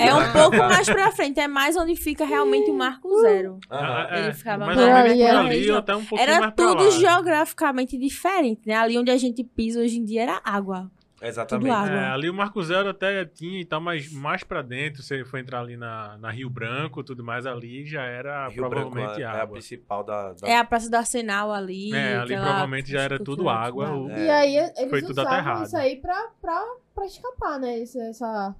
É um pouco mais pra frente, é mais onde fica realmente o Marco Zero.
Aham.
Ah, é,
Ele ficava
mais
por
ou menos
ali,
por
era
ali,
região.
ou até um pouquinho
Era
mais pra
tudo
lá.
geograficamente diferente, né? Ali onde a gente pisa hoje em dia era água.
Exatamente.
água.
É, ali o Marco Zero até tinha e tal, mas mais pra dentro, você foi entrar ali na, na Rio Branco, tudo mais ali, já era
Rio Branco
provavelmente
é, é a
água.
principal da. da-
É a Praça do Arsenal ali.
Tá. É, ali
aquela
provavelmente já era tudo
cultura,
água,
tudo
o-
E
É.
aí eles
Foi tudo
usavam
aterrado.
isso aí pra, pra, pra escapar, né? Esse- essa,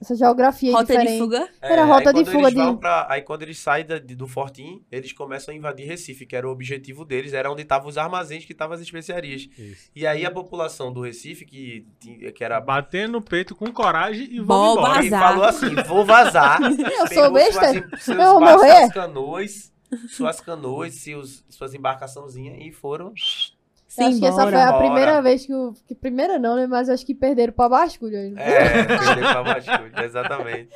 essa geografia
Rota de
diferente.
fuga.
É,
era a
aí
rota de um.
quando
fuga
eles vão
de-
pra- aí quando eles saem da- de- do Fortim, eles começam a invadir Recife, que era o objetivo deles, era onde estavam os armazéns que estavam as especiarias.
Isso.
E aí a população do Recife, que, tinha- que era.
Bater Tá no peito com coragem e
Boba.
vamos embora.
Ele
Vazar.
falou assim: vou vazar.
Eu
Pegou
sou besta?
Suas, seus
Eu vou
barcos,
morrer?
suas canoas, suas canoas, seus, suas embarcaçãozinhas e foram.
Eu acho que essa
Simbora.
foi a
Bora.
primeira vez que, o- que. Primeira não, né? Mas acho que perderam pra Basculho.
É, perdeu pra Vasco, exatamente.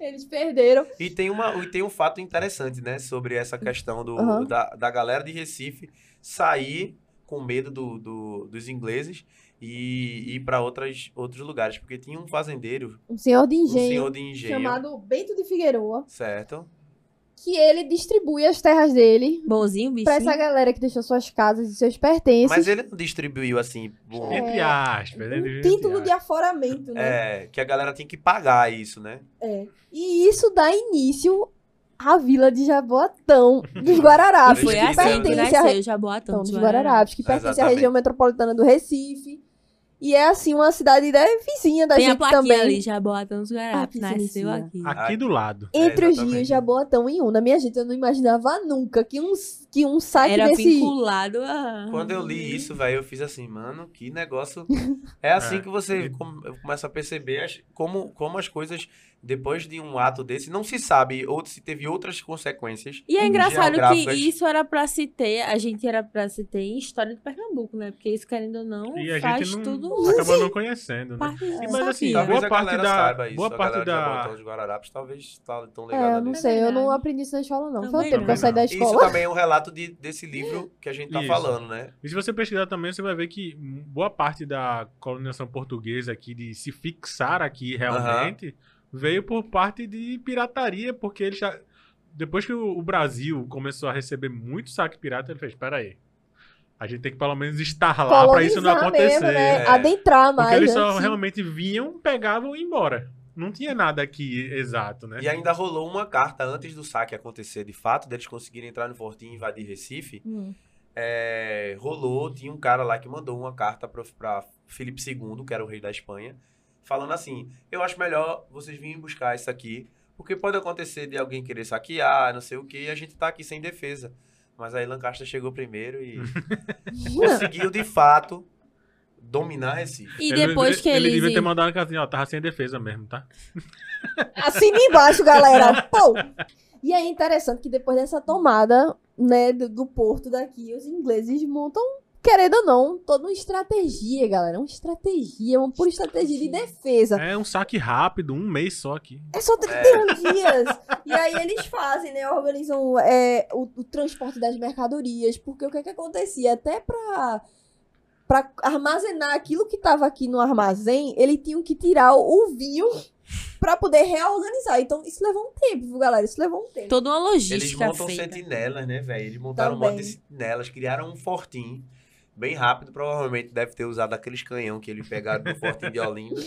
Eles perderam.
E tem, uma, e tem um fato interessante, né? Sobre essa questão do,
Aham.
da, da galera de Recife sair com medo do, do- dos ingleses e ir para outros lugares. Porque tinha um fazendeiro,
Um senhor de
um
engenho,
senhor de engenho,
chamado Bento de Figueroa,
certo?
que ele distribui as terras dele
Bonzinho, bicho.
pra essa galera que deixou suas casas e seus pertences.
Mas ele não distribuiu assim, bom,
É,
Entre aspas. né?
um
Entre
título
aspas.
de aforamento, né?
é, que a galera tem que pagar isso, né?
É. E isso dá início à vila de Jaboatão dos Guararapes.
E foi
que
assim que
pertence à re-
nasceu Jaboatão
Então,
dos
dos
Guararapes.
Guararapes, que pertence à
Exatamente.
região metropolitana do Recife. E é assim uma cidade né, vizinha da
Tem a
gente
plaquinha
também.
ali, Jaboatão dos Guararapes.
Ah, que
Nasceu
bonitinha.
aqui.
Aqui do lado.
Entre
É,
os rios
exatamente.
Jaboatão e Una. Minha gente, eu não imaginava nunca que um, que um site
Era
desse...
vinculado a.
Quando eu li isso, velho, eu fiz assim, mano, que negócio. É assim
É.
que você com- começa a perceber as- como, como as coisas, depois de um ato desse, não se sabe ou se teve outras consequências.
E é engraçado que
Geográficas.
isso era pra se ter, a gente era pra se ter em história de Pernambuco, né? Porque isso, querendo ou não,
E a
faz
gente não
tudo
acaba não conhecendo, né?
parte
Sim,
da
mas assim,
sabia.
Talvez
boa
a
parte
galera
da-
saiba isso.
boa
a
parte
galera de
da-
Jaboatão dos Guararapes talvez está tão
É,
ligada
eu não
nisso.
sei, eu não
verdade.
aprendi isso na escola, não. Foi o
Também
tempo que eu
não.
saí da
Também
Isso
escola.
também é um relato de- desse livro que a gente tá
Isso.
falando, né?
E se você pesquisar também, você vai ver que hum, boa parte da colonização portuguesa aqui, de se fixar aqui realmente, veio por parte de pirataria, porque ele já. Depois que o o Brasil começou a receber muito saque pirata, ele fez: peraí. A gente tem que pelo menos estar lá "Ah, pra isso não
Colonizar mesmo,
acontecer.
né? assim
é.
Adentrar mais. né?
Porque eles só
antes.
realmente vinham, pegavam e iam embora. Não tinha nada aqui exato, né?
E ainda rolou uma carta antes do saque acontecer, de fato, deles conseguirem entrar no Fortim e invadir Recife.
Hum.
É, rolou, tinha um cara lá que mandou uma carta pra, pra Felipe II, que era o rei da Espanha, falando assim: eu acho melhor vocês virem buscar isso aqui, porque pode acontecer de alguém querer saquear, não sei o que, e a gente tá aqui sem defesa. Mas aí Lancaster chegou primeiro e conseguiu, de fato, dominar Recife.
E depois
ele,
que
ele
eles.
devia ter mandado uma cartinha, ó, tava sem defesa mesmo, tá?
Assina embaixo, galera. Pô! E é interessante que depois dessa tomada, né, do, do porto daqui, os ingleses montam, querendo ou não, toda uma estratégia, galera. Uma estratégia, uma pura estratégia de
Tá.
defesa.
É um saque rápido, um mês só aqui.
É só 31 dias. E aí eles fazem, né, organizam é, o, o transporte das mercadorias, porque o que é que acontecia? Até pra... Pra armazenar aquilo que tava aqui no armazém, ele tinha que tirar o vinho pra poder reorganizar. Então, isso levou um tempo, viu, galera? Isso levou um tempo.
Então,
Toda uma logística.
Eles montam
feita.
sentinelas, né, velho? Eles montaram um monte de
Também.
sentinelas, criaram um fortim bem rápido. Provavelmente deve ter usado aqueles canhão que eles pegaram do fortim de Olinda.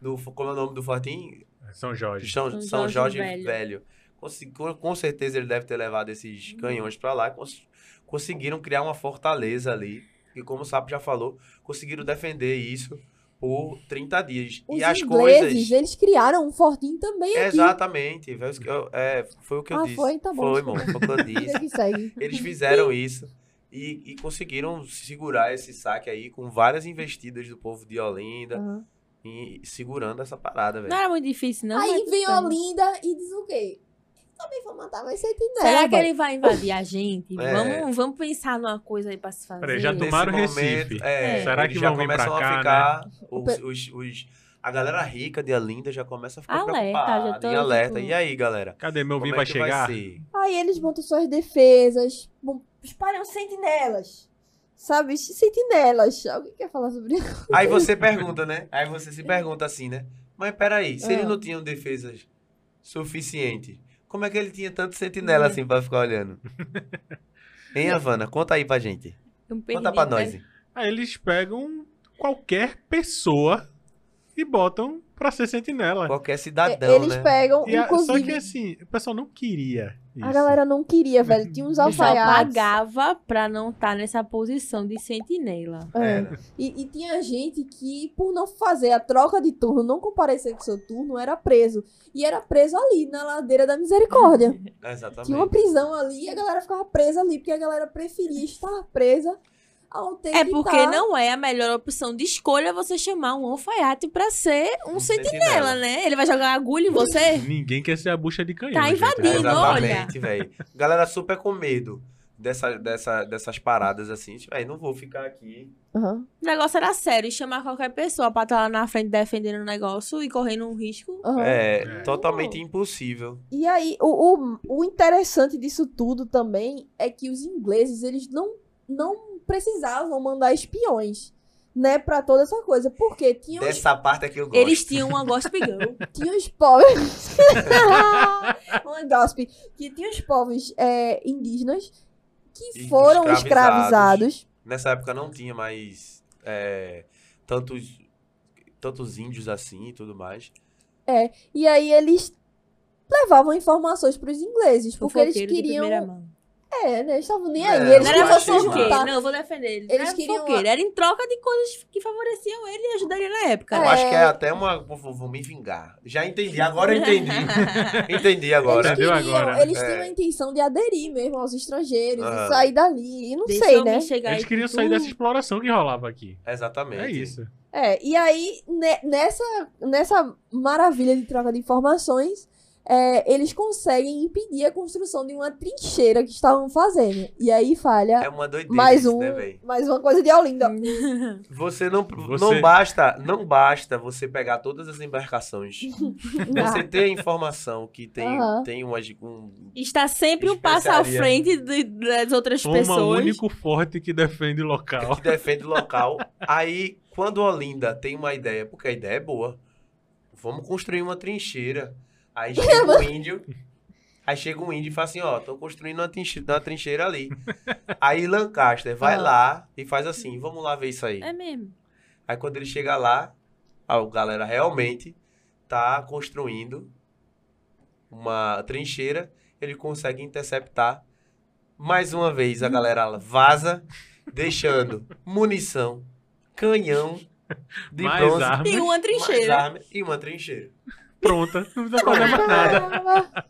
Do, como é o nome do fortim?
É São Jorge.
São,
São
São Jorge
Jorge
Velho.
Velho.
Consegui- Com, com certeza ele deve ter levado esses
Uhum.
canhões pra lá. Cons- conseguiram criar uma fortaleza ali. E como o Sapo já falou, conseguiram defender isso por 30 dias.
Os
e as
ingleses,
coisas...
eles criaram um fortinho também aqui.
Exatamente. velho, isso que eu- É, foi o que eu
Ah,
disse.
foi? Tá bom,
Foi,
desculpa.
irmão. Foi o que eu disse.
Vida que segue.
Eles fizeram isso e, e conseguiram segurar esse saque aí com várias investidas do povo de Olinda
Aham.
e segurando essa parada,
Não
velho.
era muito difícil, não. é
Aí
mas então,
vem
tudo bem.
Olinda e diz o quê? Também vou matar mais sentinela.
Será que ele vai invadir a gente?
É.
Vamos, vamos pensar numa coisa aí pra se fazer.
Peraí, já
Nesse
tomaram
momento,
Recife.
É,
Será
eles
que
já
vão vir pra
começam a
cá, né?
ficar
O
os, os- os- a galera rica de Olinda já começa a ficar
Alerta,
preocupada
já tô,
em alerta.
tipo,
E aí, galera?
Cadê meu
Como
vinho
é
vai
que
chegar?
ser?
Aí eles montam suas defesas, bom, espalham sentinelas. Sabe? Sentinelas. Alguém quer falar sobre isso?
Aí você pergunta, né? Aí você se pergunta assim, né? Mas peraí, se
Ah.
eles não tinham defesas suficientes, como é que ele tinha tanto sentinela assim pra ficar olhando? Hein, Havana? Conta aí pra gente.
Eu perdi, né?
Conta pra
pera-
nós. hein?
Aí eles pegam qualquer pessoa e botam pra ser sentinela.
Qualquer cidadão,
É, Eles
né?
pegam,
E a- só que
inclusive.
assim, o pessoal não queria isso.
A galera não queria, velho. Tinha uns
Eu só
alfaiates.
pagava pra não estar nessa posição de sentinela.
É.
Era.
E, e tinha gente que, por não fazer a troca de turno, não comparecer com seu turno, era preso. E era preso ali, na ladeira da misericórdia. Tinha uma
Exatamente.
prisão ali e a galera ficava presa ali, porque a galera preferia estar presa ao ter
É
que
porque
tá-
não é a melhor opção de escolha você chamar um alfaiate pra ser um,
Um sentinela.
sentinela, né? Ele vai jogar agulha em você?
Ninguém quer ser a bucha de canhão.
Tá
gente.
invadindo,
Era-
ó.
Exatamente, velho. Galera super com medo dessa, dessa, dessas paradas assim. Tipo, "Véi, não vou ficar aqui.
Aham.
O negócio era sério, chamar qualquer pessoa pra estar lá na frente defendendo o negócio e correndo um risco.
aham.
É,
É.
totalmente impossível.
E aí, o, o, o interessante disso tudo também é que os ingleses, eles não, não precisavam mandar espiões, né, pra toda essa coisa. Porque tinha os,
Dessa parte é que eu gosto.
Eles tinham uma gospel girl.
tinha os povos... Uma gospe. Que tinha os povos é, indígenas que
E
foram
escravizados.
escravizados.
Nessa época não tinha mais é, tantos, tantos índios assim e tudo mais.
E aí eles levavam informações pros ingleses, porque eles
Fofoqueiro de primeira
queriam...
mão.
É, né, eles estavam nem
É,
aí.
Não
Eles
eu
era
queriam
achei
se
fofoqueiro,
juntar.
não, eu vou defender ele.
Eles
Eles não
queriam
queriam. Era em troca de coisas que favoreciam ele e ajudariam na época.
Eu
É.
acho que é até uma. Vou, vou- vou me vingar. Já entendi, agora eu entendi. entendi
Eles,
agora.
Entendeu
queriam,
agora?
eles
É.
tinham a intenção de aderir mesmo aos estrangeiros
Aham.
e sair dali. E não
Deixa
sei,
eu me
né?
chegar
Eles
aí
queriam
com
sair
tudo.
dessa exploração que rolava aqui.
Exatamente.
É isso.
É, e aí, ne- nessa, nessa maravilha de troca de informações, é, eles conseguem impedir a construção de uma trincheira que estavam fazendo. E aí falha
É uma doideira.
mais,
isso,
um,
né, véi?
mais uma coisa de Olinda.
Você não,
Você-
não basta, não basta você pegar todas as embarcações. Você
Ah.
ter a informação que tem,
Tá. Aham.
tem umas, um,
Está sempre um passo à
Especiaria. né?
frente de- das outras
Uma
pessoas.
único forte que defende o local.
que defende o local. Aí, quando Olinda tem uma ideia, porque a ideia é boa, vamos construir uma trincheira. Aí chega um índio, Aí chega um índio e fala assim, ó, tô construindo uma trincheira, uma trincheira ali. Aí Lancaster vai
Ah.
lá e faz assim, vamos lá ver isso aí.
É mesmo.
Aí quando ele chega lá, a galera realmente tá construindo uma trincheira, ele consegue interceptar. Mais uma vez a galera vaza, deixando munição, canhão de
Mais
bronze,
arma.
Tem um- uma
mais
trincheira.
arma e uma trincheira.
Pronta. Não precisa fazer mais nada.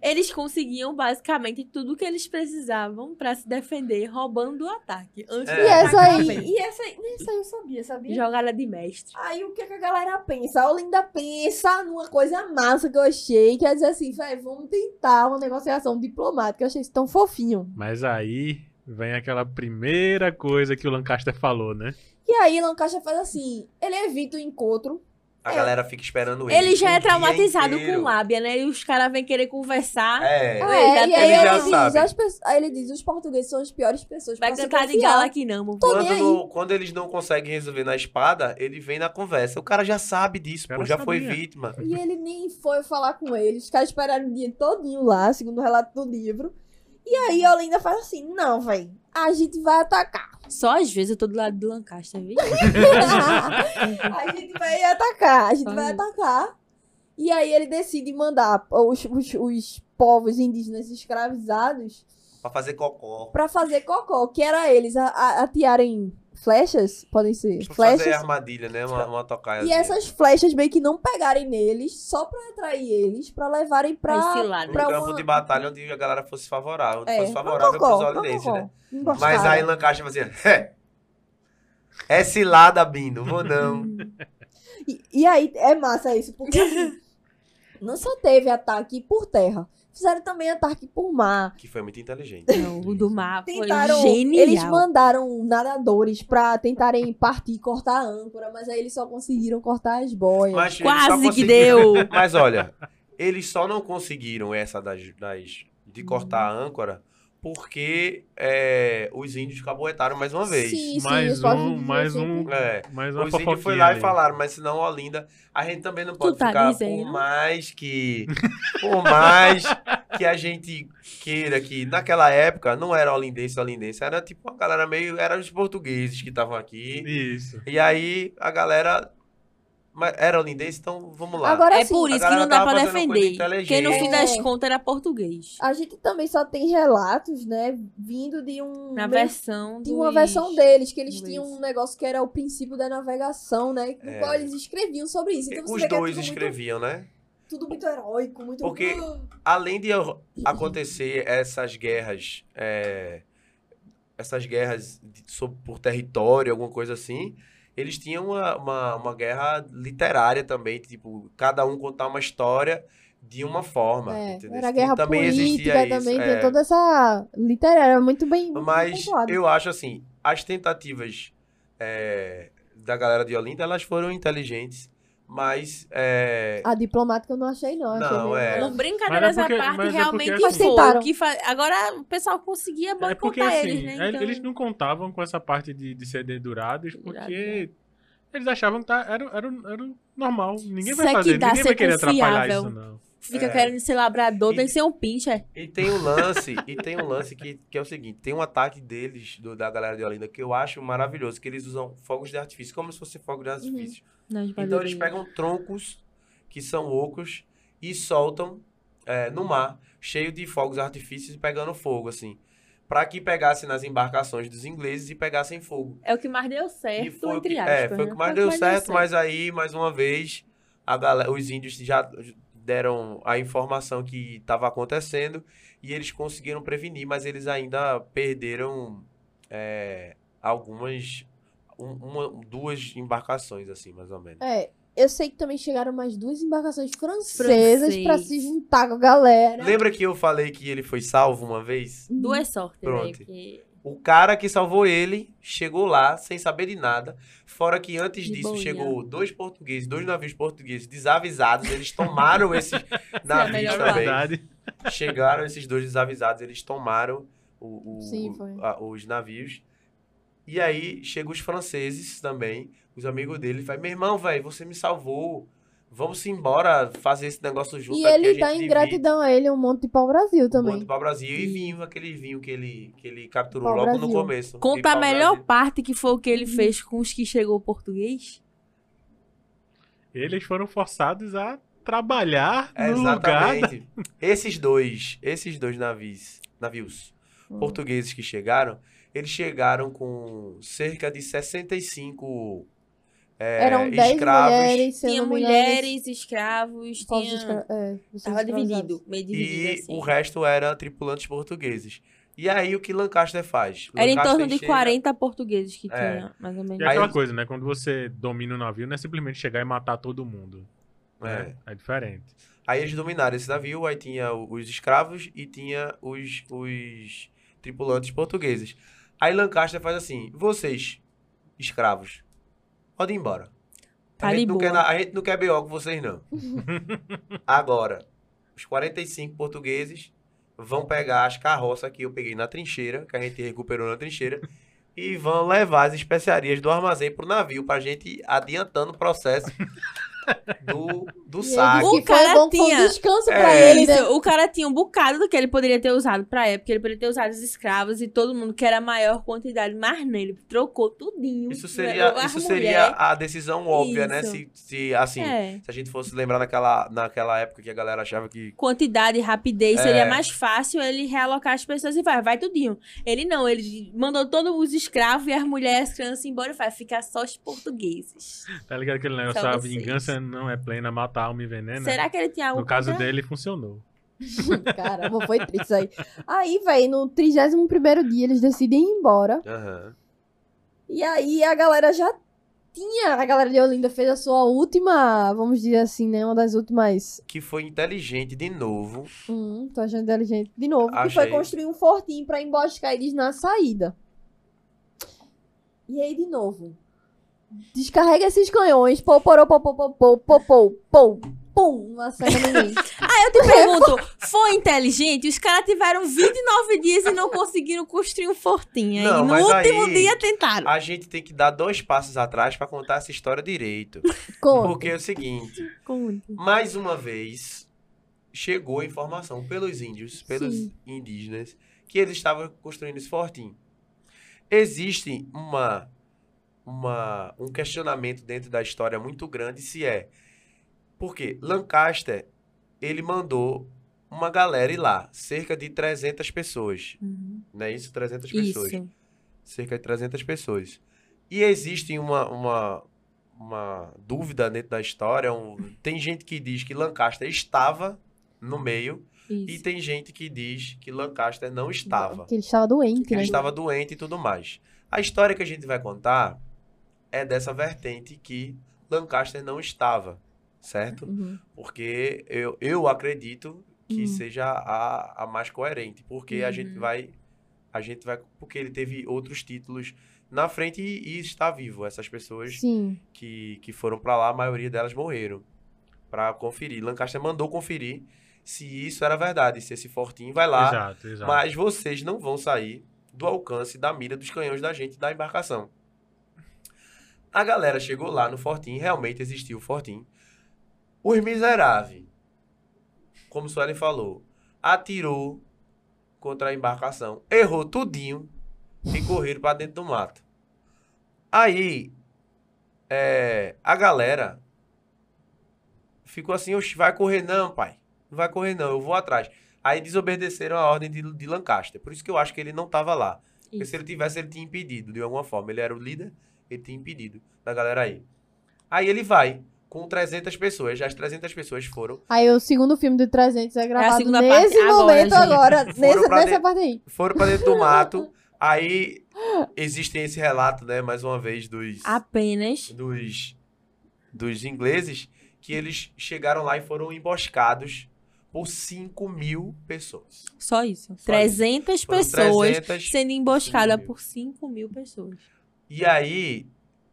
Eles conseguiam basicamente tudo que eles precisavam pra se defender, roubando o ataque. Antes
É.
do
E essa
ataque
aí?
mesmo.
E essa aí? Nem essa aí eu sabia, sabia?
Jogada de mestre.
Aí o que, é que a galera pensa? A Olinda pensa numa coisa massa que eu achei, que é dizer assim, vai, vamos tentar uma negociação diplomática. Eu achei isso tão fofinho.
Mas aí vem aquela primeira coisa que o Lancaster falou, né?
E aí Lancaster faz assim, ele evita o encontro.
A
É.
galera fica esperando ele.
Ele já
o
é
dia
traumatizado
inteiro.
com lábia, né? E os caras vêm querer conversar.
É.
Ah,
Ele já
e aí
tem-
ele,
já
diz,
sabe.
as pe- aí ele diz, os portugueses são as piores pessoas
Vai
pra se
cantar de
confiar."
gala aqui não, amor.
Tô nem
Quando,
aí.
não- quando eles não conseguem resolver na espada, ele vem na conversa. O cara já sabe disso,
O
pô,
cara
já foi
sabia.
vítima.
E ele nem foi falar com ele. Os caras esperaram o dia todinho lá, segundo o relato do livro. E aí a Olinda faz assim, não, véi, a gente vai atacar.
Só às vezes eu tô do lado do Lancaster, viu?
a gente vai atacar, a gente
Ai.
vai atacar. E aí ele decide mandar os, os, os povos indígenas escravizados
Pra fazer cocó.
pra fazer cocó, que era eles a- a- atirarem flechas, podem ser
Pra fazer
flechas.
armadilha, né? Uma, uma tocaia.
E essas flechas meio que não pegarem neles, só pra atrair eles, pra levarem pra.
Pra esse lado.
Um
pra
campo
uma-
de batalha onde a galera fosse favorável.
É,
fosse
pra
favorável
cocó,
pros
pra
olhinenses,
cocó.
né?
Engostaram.
Mas aí Lancaster fazia. "É, É cilada, Bino. Vou não.
E, e aí é massa isso, porque assim, não só teve ataque por terra, fizeram também ataque por mar.
que foi muito inteligente.
Não, o do mapa foi um
Tentaram,
genial.
eles mandaram nadadores pra tentarem partir e cortar a âncora, mas aí eles só conseguiram cortar as boias.
Mas eles só
Quase que
conseguiram-
deu.
Mas olha, eles só não conseguiram essa das, das- de cortar a âncora porque é, os índios caboetaram mais uma vez.
Sim, sim,
Mais
os povos
um-
indígenas
mais
assim
sempre-
um-
É,
Mas uma
Os índios foi
fofoquinha
lá
ali.
e falaram, mas senão Olinda, a gente também não pode
tá
ficar
dizendo?
por mais que por mais que a gente queira que naquela época não era olindense, olindense, era tipo uma galera meio, era os portugueses que estavam aqui.
Isso.
E aí a galera mas era olindense, então vamos lá.
Agora
É
sim,
por
a
isso que
galera
não dá
tava
pra
fazendo coisa
defender. Porque no fim
inteligente.
das
É.
contas era português.
a gente também só tem relatos, né, vindo de um
Na
meio
versão do.
Tinha uma versão deles, que eles
Luiz.
tinham um negócio que era o princípio da navegação, né? No
É.
qual eles escreviam sobre isso. Então você
Os
vê que é
dois
tudo muito-
escreviam, né?
Tudo muito heróico, muito.
Porque- Além de acontecer essas guerras, é, essas guerras de- sob- por território, alguma coisa assim, eles tinham uma, uma, uma guerra literária também, tipo, cada um contar uma história de uma forma,
É,
entendeu?
era
Então,
guerra política, também
é.
tinha toda essa literária, era muito bem, muito bem
Mas
pontuado.
eu acho assim, as tentativas é, da galera de Olinda, elas foram inteligentes, mas é,
A diplomática eu não achei, não. achei
Não,
meio-
é.
Não, brincadeiras
Mas é porque-
à parte,
mas é
realmente
porque,
assim-
foi.
Tentaram.
Que fa- Agora o pessoal conseguia
É
boicotar
porque assim,
eles, né?
é-
Então,
eles não contavam com essa parte de, de ser dedurados, porque
Dedurado,
eles achavam que tá, era, era, era normal. Ninguém vai
é. Isso é que
fazer,
dá
ninguém vai
ser
querer atrapalhar
confiável.
isso, não.
Fica
É.
querendo ser labrador,
E-
tem que ser um pincher.
E tem um lance, e tem um lance que, que é o seguinte: tem um ataque deles, do- da galera de Olinda, que eu acho maravilhoso, que eles usam fogos de artifício, como se fosse fogo de artifício.
nas
Então eles
baleias.
pegam troncos que são ocos e soltam é, no mar, cheio de fogos de artifício e pegando fogo, assim. Pra que pegassem nas embarcações dos ingleses e pegassem fogo.
É o que mais deu
E
certo,
o
entre
que-
aspas.
É, foi o que
né?
mais deu certo, mas aí, mais uma vez, a galera, os índios já deram a informação que estava acontecendo e eles conseguiram prevenir, mas eles ainda perderam é, algumas. um- uma- duas embarcações, assim, mais ou menos.
É, eu sei que também chegaram mais duas embarcações francesas
Francês.
pra se juntar com a galera.
Lembra que eu falei que ele foi salvo uma vez?
Duas sortes, né?
Pronto.
Porque
O cara que salvou ele chegou lá sem saber de nada. Fora que antes
De
disso
boinha.
chegou dois portugueses, dois navios portugueses desavisados. Eles tomaram esses navios
Na
melhor parte.
também.
é verdade,
Chegaram esses dois desavisados, eles tomaram o- o-
Sim,
o-
foi.
a- os navios. E aí chegam os franceses também, os amigos dele. Faz, meu irmão, velho, você me salvou. Vamos embora fazer esse negócio junto
E
aqui, a
ele tá
gente
dá em
divide.
gratidão a ele um monte de pau-brasil
Monte
também.
Pau Brasil e vinho, aquele vinho que ele, que ele capturou
Pau
logo no
Brasil.
começo. E
Conta
Pau
a melhor
Brasil.
parte que foi o que
Uhum.
ele fez com os que chegou português.
Eles foram forçados a trabalhar
É,
no lugar. da-
Exatamente. Esses dois, esses dois navios, navios
Hum.
portugueses que chegaram, eles chegaram com cerca de 65 é,
Eram 10
escravos
mulheres, se eu
Tinha
não me engano,
mulheres, escravos,
povos
tinha...
escra- é, pessoas
Tava
escravizadas.
dividido, meio dividido
e
assim.
o resto era tripulantes portugueses. E aí o que Lancaster faz?
Era em
Lancaster
torno de
chega-
40 portugueses que
É.
tinha, mais ou menos.
E é aquela
Aí-
coisa, né? Quando você domina o navio, não é simplesmente chegar e matar todo mundo.
É.
né? é diferente.
Aí eles dominaram esse navio, aí tinha o- os escravos e tinha os, os tripulantes portugueses. Aí Lancaster faz assim, vocês, escravos, podem ir embora.
Tá
a,
de
gente não
boa.
quer, na- a gente não quer BO com vocês, não. Agora, os 45 portugueses vão pegar as carroças que eu peguei na trincheira, que a gente recuperou na trincheira, e vão levar as especiarias do armazém pro navio, pra gente ir adiantando o processo do, do
E ele
saque.
disse
O
que foi
cara
bom foi
tinha-
um descanso pra
É.
ele, né?
Isso, o cara tinha um bocado do que ele poderia ter usado pra época, ele poderia ter usado os escravos e todo mundo que era a maior quantidade, mas não, ele trocou tudinho.
Isso seria,
as
isso
mulher-
seria a decisão óbvia, né?
Isso.
Se, se, assim,
É.
se a gente fosse lembrar naquela, naquela época que a galera achava que.
Quantidade e rapidez, seria
É.
mais fácil ele realocar as pessoas e vai, vai tudinho. Ele não, ele mandou todos os escravos e as mulheres, as crianças embora e vai ficar só os portugueses.
Tá ligado aquele negócio?
Só
a
vocês.
vingança não é plena, mata a alma e
É, né?
envenena.
Será que ele
é
tinha algo
No caso
contra-
dele, funcionou.
Caramba, foi triste isso aí. Aí, velho, no 31 dia eles decidem ir embora.
Aham.
E aí a galera já tinha. A galera de Olinda fez a sua última, vamos dizer assim, né? Uma das últimas.
Que foi inteligente de novo.
Hum, tô achando inteligente de novo. Que foi
Achei.
construir um fortinho pra emboscar eles na saída. E aí, de novo. Descarrega esses canhões. Pou, porou, pou, pou, pou, pou, pou, pou, pou, pum. Não acerta ninguém.
Eu te pergunto, foi inteligente? Os caras tiveram 29 dias e não conseguiram construir um fortinho.
Não,
e no
mas
último
aí-
dia tentaram.
A gente tem que dar dois passos atrás pra contar essa história direito.
Conta.
Porque é o seguinte: mais uma vez, chegou a informação pelos índios, pelos
Sim.
indígenas, que eles estavam construindo esse fortim. Existe uma, uma, um questionamento dentro da história muito grande se é. Porque Lancaster, ele mandou uma galera ir lá, cerca de 300 pessoas. Não é isso? 300 pessoas
um- Isso.
cerca de 300 pessoas. E existe uma, uma, uma dúvida dentro da história. um- tem gente que diz que Lancaster estava no meio e
Isso.
tem gente que diz que Lancaster não estava.
Que ele estava doente,
Que
né?
ele estava doente e tudo mais. A história que a gente vai contar é dessa vertente que Lancaster não estava, certo?
Uhum.
Porque eu, eu acredito que
Uhum.
seja a, a mais coerente, porque a gente
Uhum.
vai a gente vai porque ele teve outros títulos na frente e, e está vivo. Essas pessoas
Sim.
que, que foram para lá, a maioria delas morreram para conferir. Lancaster mandou conferir se isso era verdade, se esse fortinho vai lá,
Exato, exato.
mas vocês não vão sair do alcance da mira dos canhões da gente da embarcação. A galera chegou lá no Fortim, realmente existiu o Fortim. Os miseráveis, como Suelen falou, atirou contra a embarcação, errou tudinho e correram para dentro do mato. Aí, é, a galera ficou assim, "Oxe, vai correr não, pai. Não vai correr não, eu vou atrás. Aí desobedeceram a ordem de, de Lancaster. Por isso que eu acho que ele não estava lá. Porque se ele tivesse, ele tinha impedido, de alguma forma. Ele era o líder, ele tinha impedido da galera aí. Aí ele vai com 300 pessoas. Já as 300 pessoas foram.
Aí o segundo filme do 300 é gravado
segunda
nesse
parte agora,
momento
gente.
agora,
Foram
nessa,
pra
nessa
dentro.
parte aí.
Foram pra dentro do mato. Aí existe esse relato, né? Mais uma vez, dos,
Apenas.
dos, dos ingleses. Que eles chegaram lá e foram emboscados por 5 mil pessoas.
Só isso.
isso.
300
Foram
pessoas
300
sendo emboscada
5 mil.
por 5 mil pessoas.
E aí,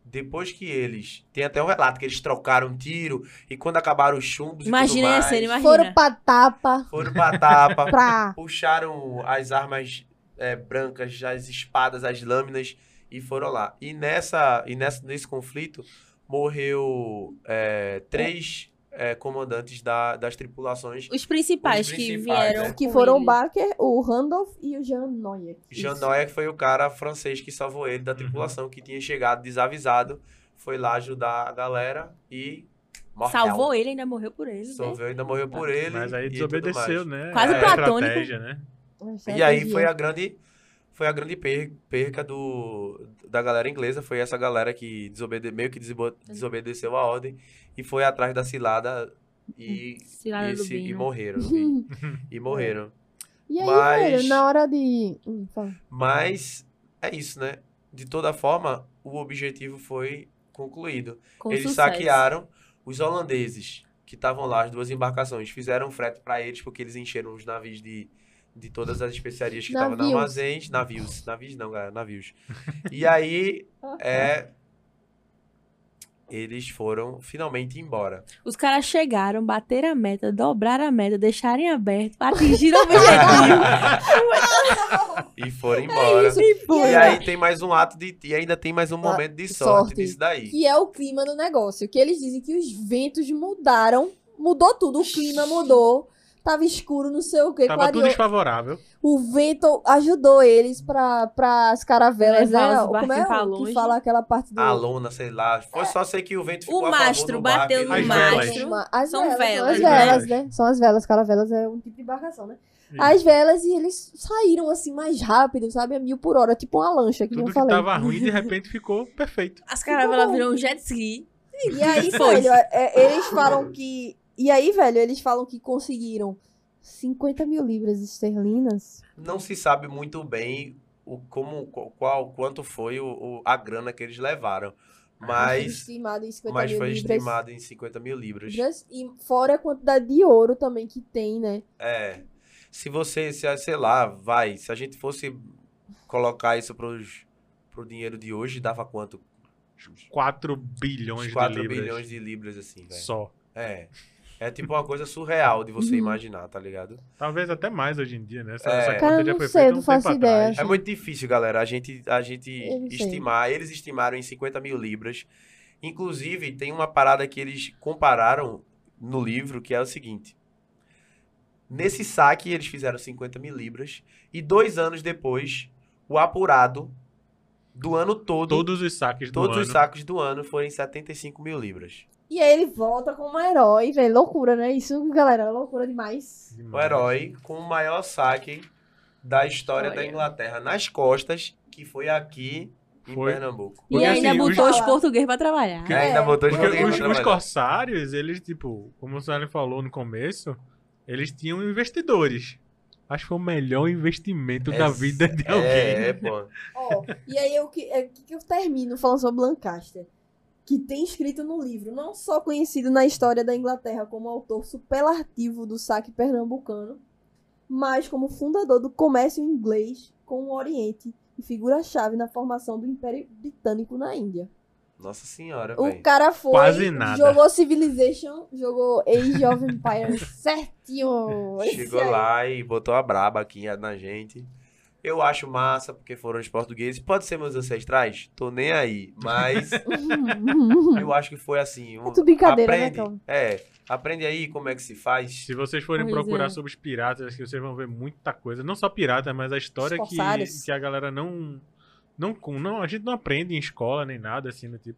depois que eles. Tem até um relato que eles trocaram um tiro e quando acabaram os chumbos.
Imagina
e tudo
a
mais,
cena, imagina.
Foram pra tapa,
Foram pra tapa,
pra...
puxaram as armas é, brancas, as espadas, as lâminas e foram lá. E, nessa, e nessa, nesse conflito morreu é, três é, comandantes da- das tripulações.
Os principais,
Os
que
principais,
vieram.
né?
Que
com
foram o
ele.
Baker, o Randolph e o Jean Noyer.
Jean Noyer que foi o cara francês que salvou ele da
Uhum.
tripulação, que tinha chegado desavisado, foi lá ajudar a galera e morreu.
Salvou ele, ainda morreu por ele. né?
Salvou, ainda morreu por ele.
Mas
e
aí
tudo mais.
desobedeceu, né?
Quase
a
platônico.
estratégia, né?
E aí foi a grande foi a grande per- perca do da galera inglesa, foi essa galera que desobede, meio que desebo-
Uhum.
desobedeceu a ordem e foi atrás da cilada e
Cilada
e,
do
se- e
Bino.
morreram. E, e morreram.
E aí,
Mas-
velho, na hora de. Hum, fala.
Mas é isso, né? De toda forma, o objetivo foi concluído.
Com
eles
sucesso.
saquearam os holandeses que estavam lá, as duas embarcações. Fizeram um frete para eles porque eles encheram os navios de, de todas as especiarias que estavam no
Navios.
armazéns. Navios. Navios não, galera. Navios. E aí, é... Eles foram finalmente embora.
Os caras chegaram, bateram a meta, dobraram a meta, deixaram em aberto, atingiram o objetivo.
e foram
É
embora.
foi.
e aí tem mais um ato de. E ainda tem mais um
Ah,
momento de sorte,
sorte.
disso daí.
Que é o clima do negócio. Que eles dizem que os ventos mudaram. Mudou tudo. O clima mudou. Tava escuro, não sei o que.
Tava tudo desfavorável.
O vento ajudou eles pra, pra as caravelas, né?
Levar os barcos
Como é
pra
o que
longe.
fala aquela parte do...
A lona, sei lá. Foi só sei que o vento ficou
O
a favor
mastro
do barco,
bateu
ele-
no
As velas.
mastro.
Uma- As velas,
São velas,
são as
né?
velas, né? São as velas. Caravelas é um tipo de embarcação, né? As velas e eles saíram assim mais rápido, sabe? A mil por hora, tipo uma lancha, que nem
Tudo
eu
que
falei.
tava ruim, de repente ficou perfeito.
As caravelas viram um jet ski.
E aí,
Foi.
velho, é, eles falam que. E aí, velho, eles falam que conseguiram 50 mil libras esterlinas.
não se sabe muito bem o como qu- qual quanto foi o, o- a grana que eles levaram, mas
estimado em 50
mas
Ah, mil
foi
libras.
estimado em 50 mil libras.
libras, E fora a quantidade de ouro também que tem, né?
É. Se você, se, sei lá, vai, se a gente fosse colocar isso pros pro dinheiro de hoje, dava quanto?
4 bilhões
4
de libras.
bilhões de libras assim, velho.
Só.
É. É tipo uma coisa surreal de
Uhum.
você imaginar, tá ligado?
Talvez até mais hoje em dia, né? Essa,
É.
essa
Cara,
conta já
não
foi
sei,
feita
eu
um
não faço
tempo
ideia.
atrás.
É muito difícil, galera. A gente, a gente
Eu não sei.
estimar. Eles estimaram em 50 mil libras. Inclusive, tem uma parada que eles compararam no livro, que é o seguinte. Nesse saque, eles fizeram 50 mil libras. E dois anos depois, o apurado do ano todo,
Todos os saques do
todos
ano.
os sacos do ano foram em 75 mil libras.
E aí ele volta como um herói, velho. Loucura, né? Isso, galera, é loucura demais.
O um herói com o maior saque da história da
Olha.
Inglaterra nas costas, que foi aqui em
Foi.
Pernambuco.
E
Porque,
ainda
assim, os-
botou os,
Fala.
portugueses pra trabalhar.
Que
É.
ainda botou de
Porque
Ninguém
os,
vai
os
trabalhar.
corsários, eles, tipo, como o Sônia falou no começo, eles tinham investidores. Acho que foi o melhor investimento da
É,
vida de alguém.
É, é, pô.
Ó, e aí o que, é, que que eu termino falando sobre Lancaster? Que tem escrito no livro, não só conhecido na história da Inglaterra como autor superlativo do saque pernambucano, mas como fundador do comércio inglês com o Oriente e figura-chave na formação do Império Britânico na Índia.
Nossa senhora,
O
velho.
cara foi,
Quase nada.
jogou Civilization, jogou Age of Empires certinho. Esse
Chegou
aí.
lá e botou a braba aqui na gente. Eu acho massa, porque foram os portugueses. Pode ser meus ancestrais? Tô nem aí. Mas eu acho que foi assim. Um...
É tudo brincadeira, né,
aprende,
Calma?
É, aprende aí como é que se faz.
Se vocês forem
Pois
procurar
é.
sobre os piratas, acho que vocês vão ver muita coisa. Não só piratas, mas a história
Os
que,
corsários.
que a galera não, não, com- não. A gente não aprende em escola nem nada, assim, do tipo.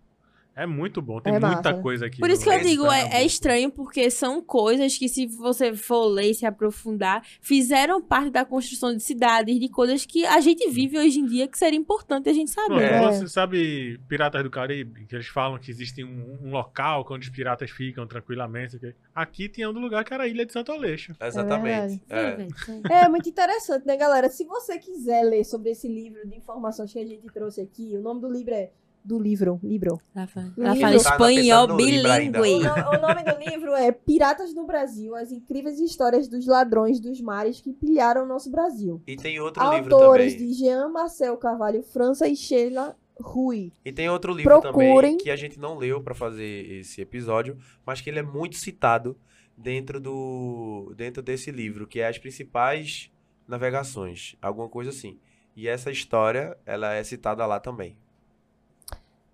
É muito bom, tem
É massa,
muita
né?
coisa aqui.
Por isso que
no-
eu digo,
um
é- é,
Pernambuco.
estranho, porque são coisas que, se você for ler e se aprofundar, fizeram parte da construção de cidades, de coisas que a gente vive hoje em dia que seria importante a gente
Não,
saber.
É.
então, Você sabe Piratas do Caribe, que eles falam que existe um, um local onde os piratas ficam tranquilamente. ok? Aqui tinha um lugar que era a Ilha de Santo Aleixo.
Exatamente.
Vê,
É.
vê, vê.
É muito interessante, né, galera? Se você quiser ler sobre esse livro de informações que a gente trouxe aqui, o nome do livro é. Do livro, livro.
Ela fala,
Livro.
ela fala
Tá
pensando
espanhol
no livro ainda.
O,
bilíngue.
no- o nome do livro é Piratas no Brasil: As Incríveis Histórias dos Ladrões dos Mares que Pilharam o Nosso Brasil.
E tem outro livro
Autores
também.
de Jean Marcel Carvalho França e Sheila Rui.
E tem outro livro também
Procurem.
que a gente não leu pra fazer esse episódio, mas que ele é muito citado dentro do dentro desse livro, que é as principais navegações, alguma coisa assim. E essa história, ela é citada lá também.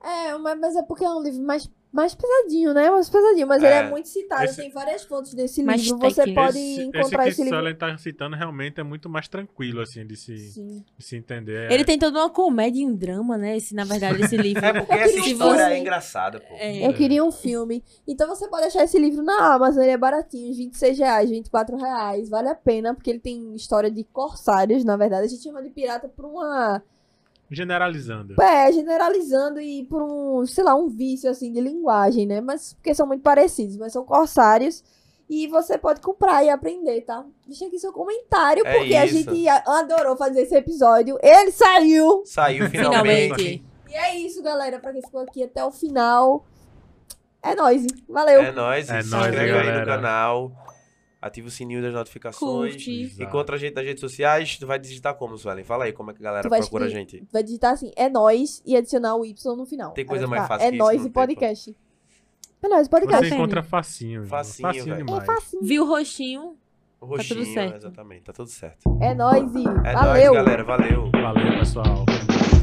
É, mas mas é porque é um livro mais Mais pesadinho, né? Mais pesadinho, mas ele é
É.
muito citado.
Esse-
Tem várias fontes desse
Mas
livro.
tem
Você
que-
pode
esse,
encontrar
esse
esse,
que
livro.
Sullen tá citando realmente é muito mais tranquilo, assim, de se,
Sim.
de se entender. É,
Ele tem toda uma comédia e um drama, né? Esse, na verdade, esse livro.
É porque
Eu
essa
queria um
história
filme.
é engraçada, pô.
É.
Eu queria um filme. Então você pode achar esse livro na Amazon, ele é baratinho, R$ 26 reais, 24 reais. Vale a pena, porque ele tem história de corsários, na verdade. A gente chama de pirata por uma.
Generalizando.
É, generalizando e por um, sei lá, um vício assim de linguagem, né? Mas porque são muito parecidos, mas são corsários. E você pode comprar e aprender, tá? Deixa aqui seu comentário,
É
porque a
isso.
gente a- adorou fazer esse episódio. Ele saiu!
Saiu finalmente.
Finalmente.
E é isso, galera. Pra quem ficou aqui até o final. É nóis. Valeu.
É nóis.
É
se
nóis,
inscreve aí
galera.
no canal. Ativa o sininho das notificações.
Curte.
Exato.
Encontra a gente nas redes sociais. Tu vai digitar como, Suelen? Fala aí como é que a galera
Tu vai
procura a
escrever-
gente.
Vai digitar assim, é nóis e adicionar o Y no final.
Tem
Aí
coisa
vai
mais
ficar,
fácil
É
que isso,
nóis
não
e
tem,
podcast. É nóis e podcast.
Você encontra facinho. viu?
Facinho,
facinho
velho.
É
demais.
facinho.
Viu o roxinho?
O roxinho,
tudo certo.
exatamente. Tá tudo certo.
É nóis e
É
valeu.
nóis, galera. Valeu.
Valeu, pessoal.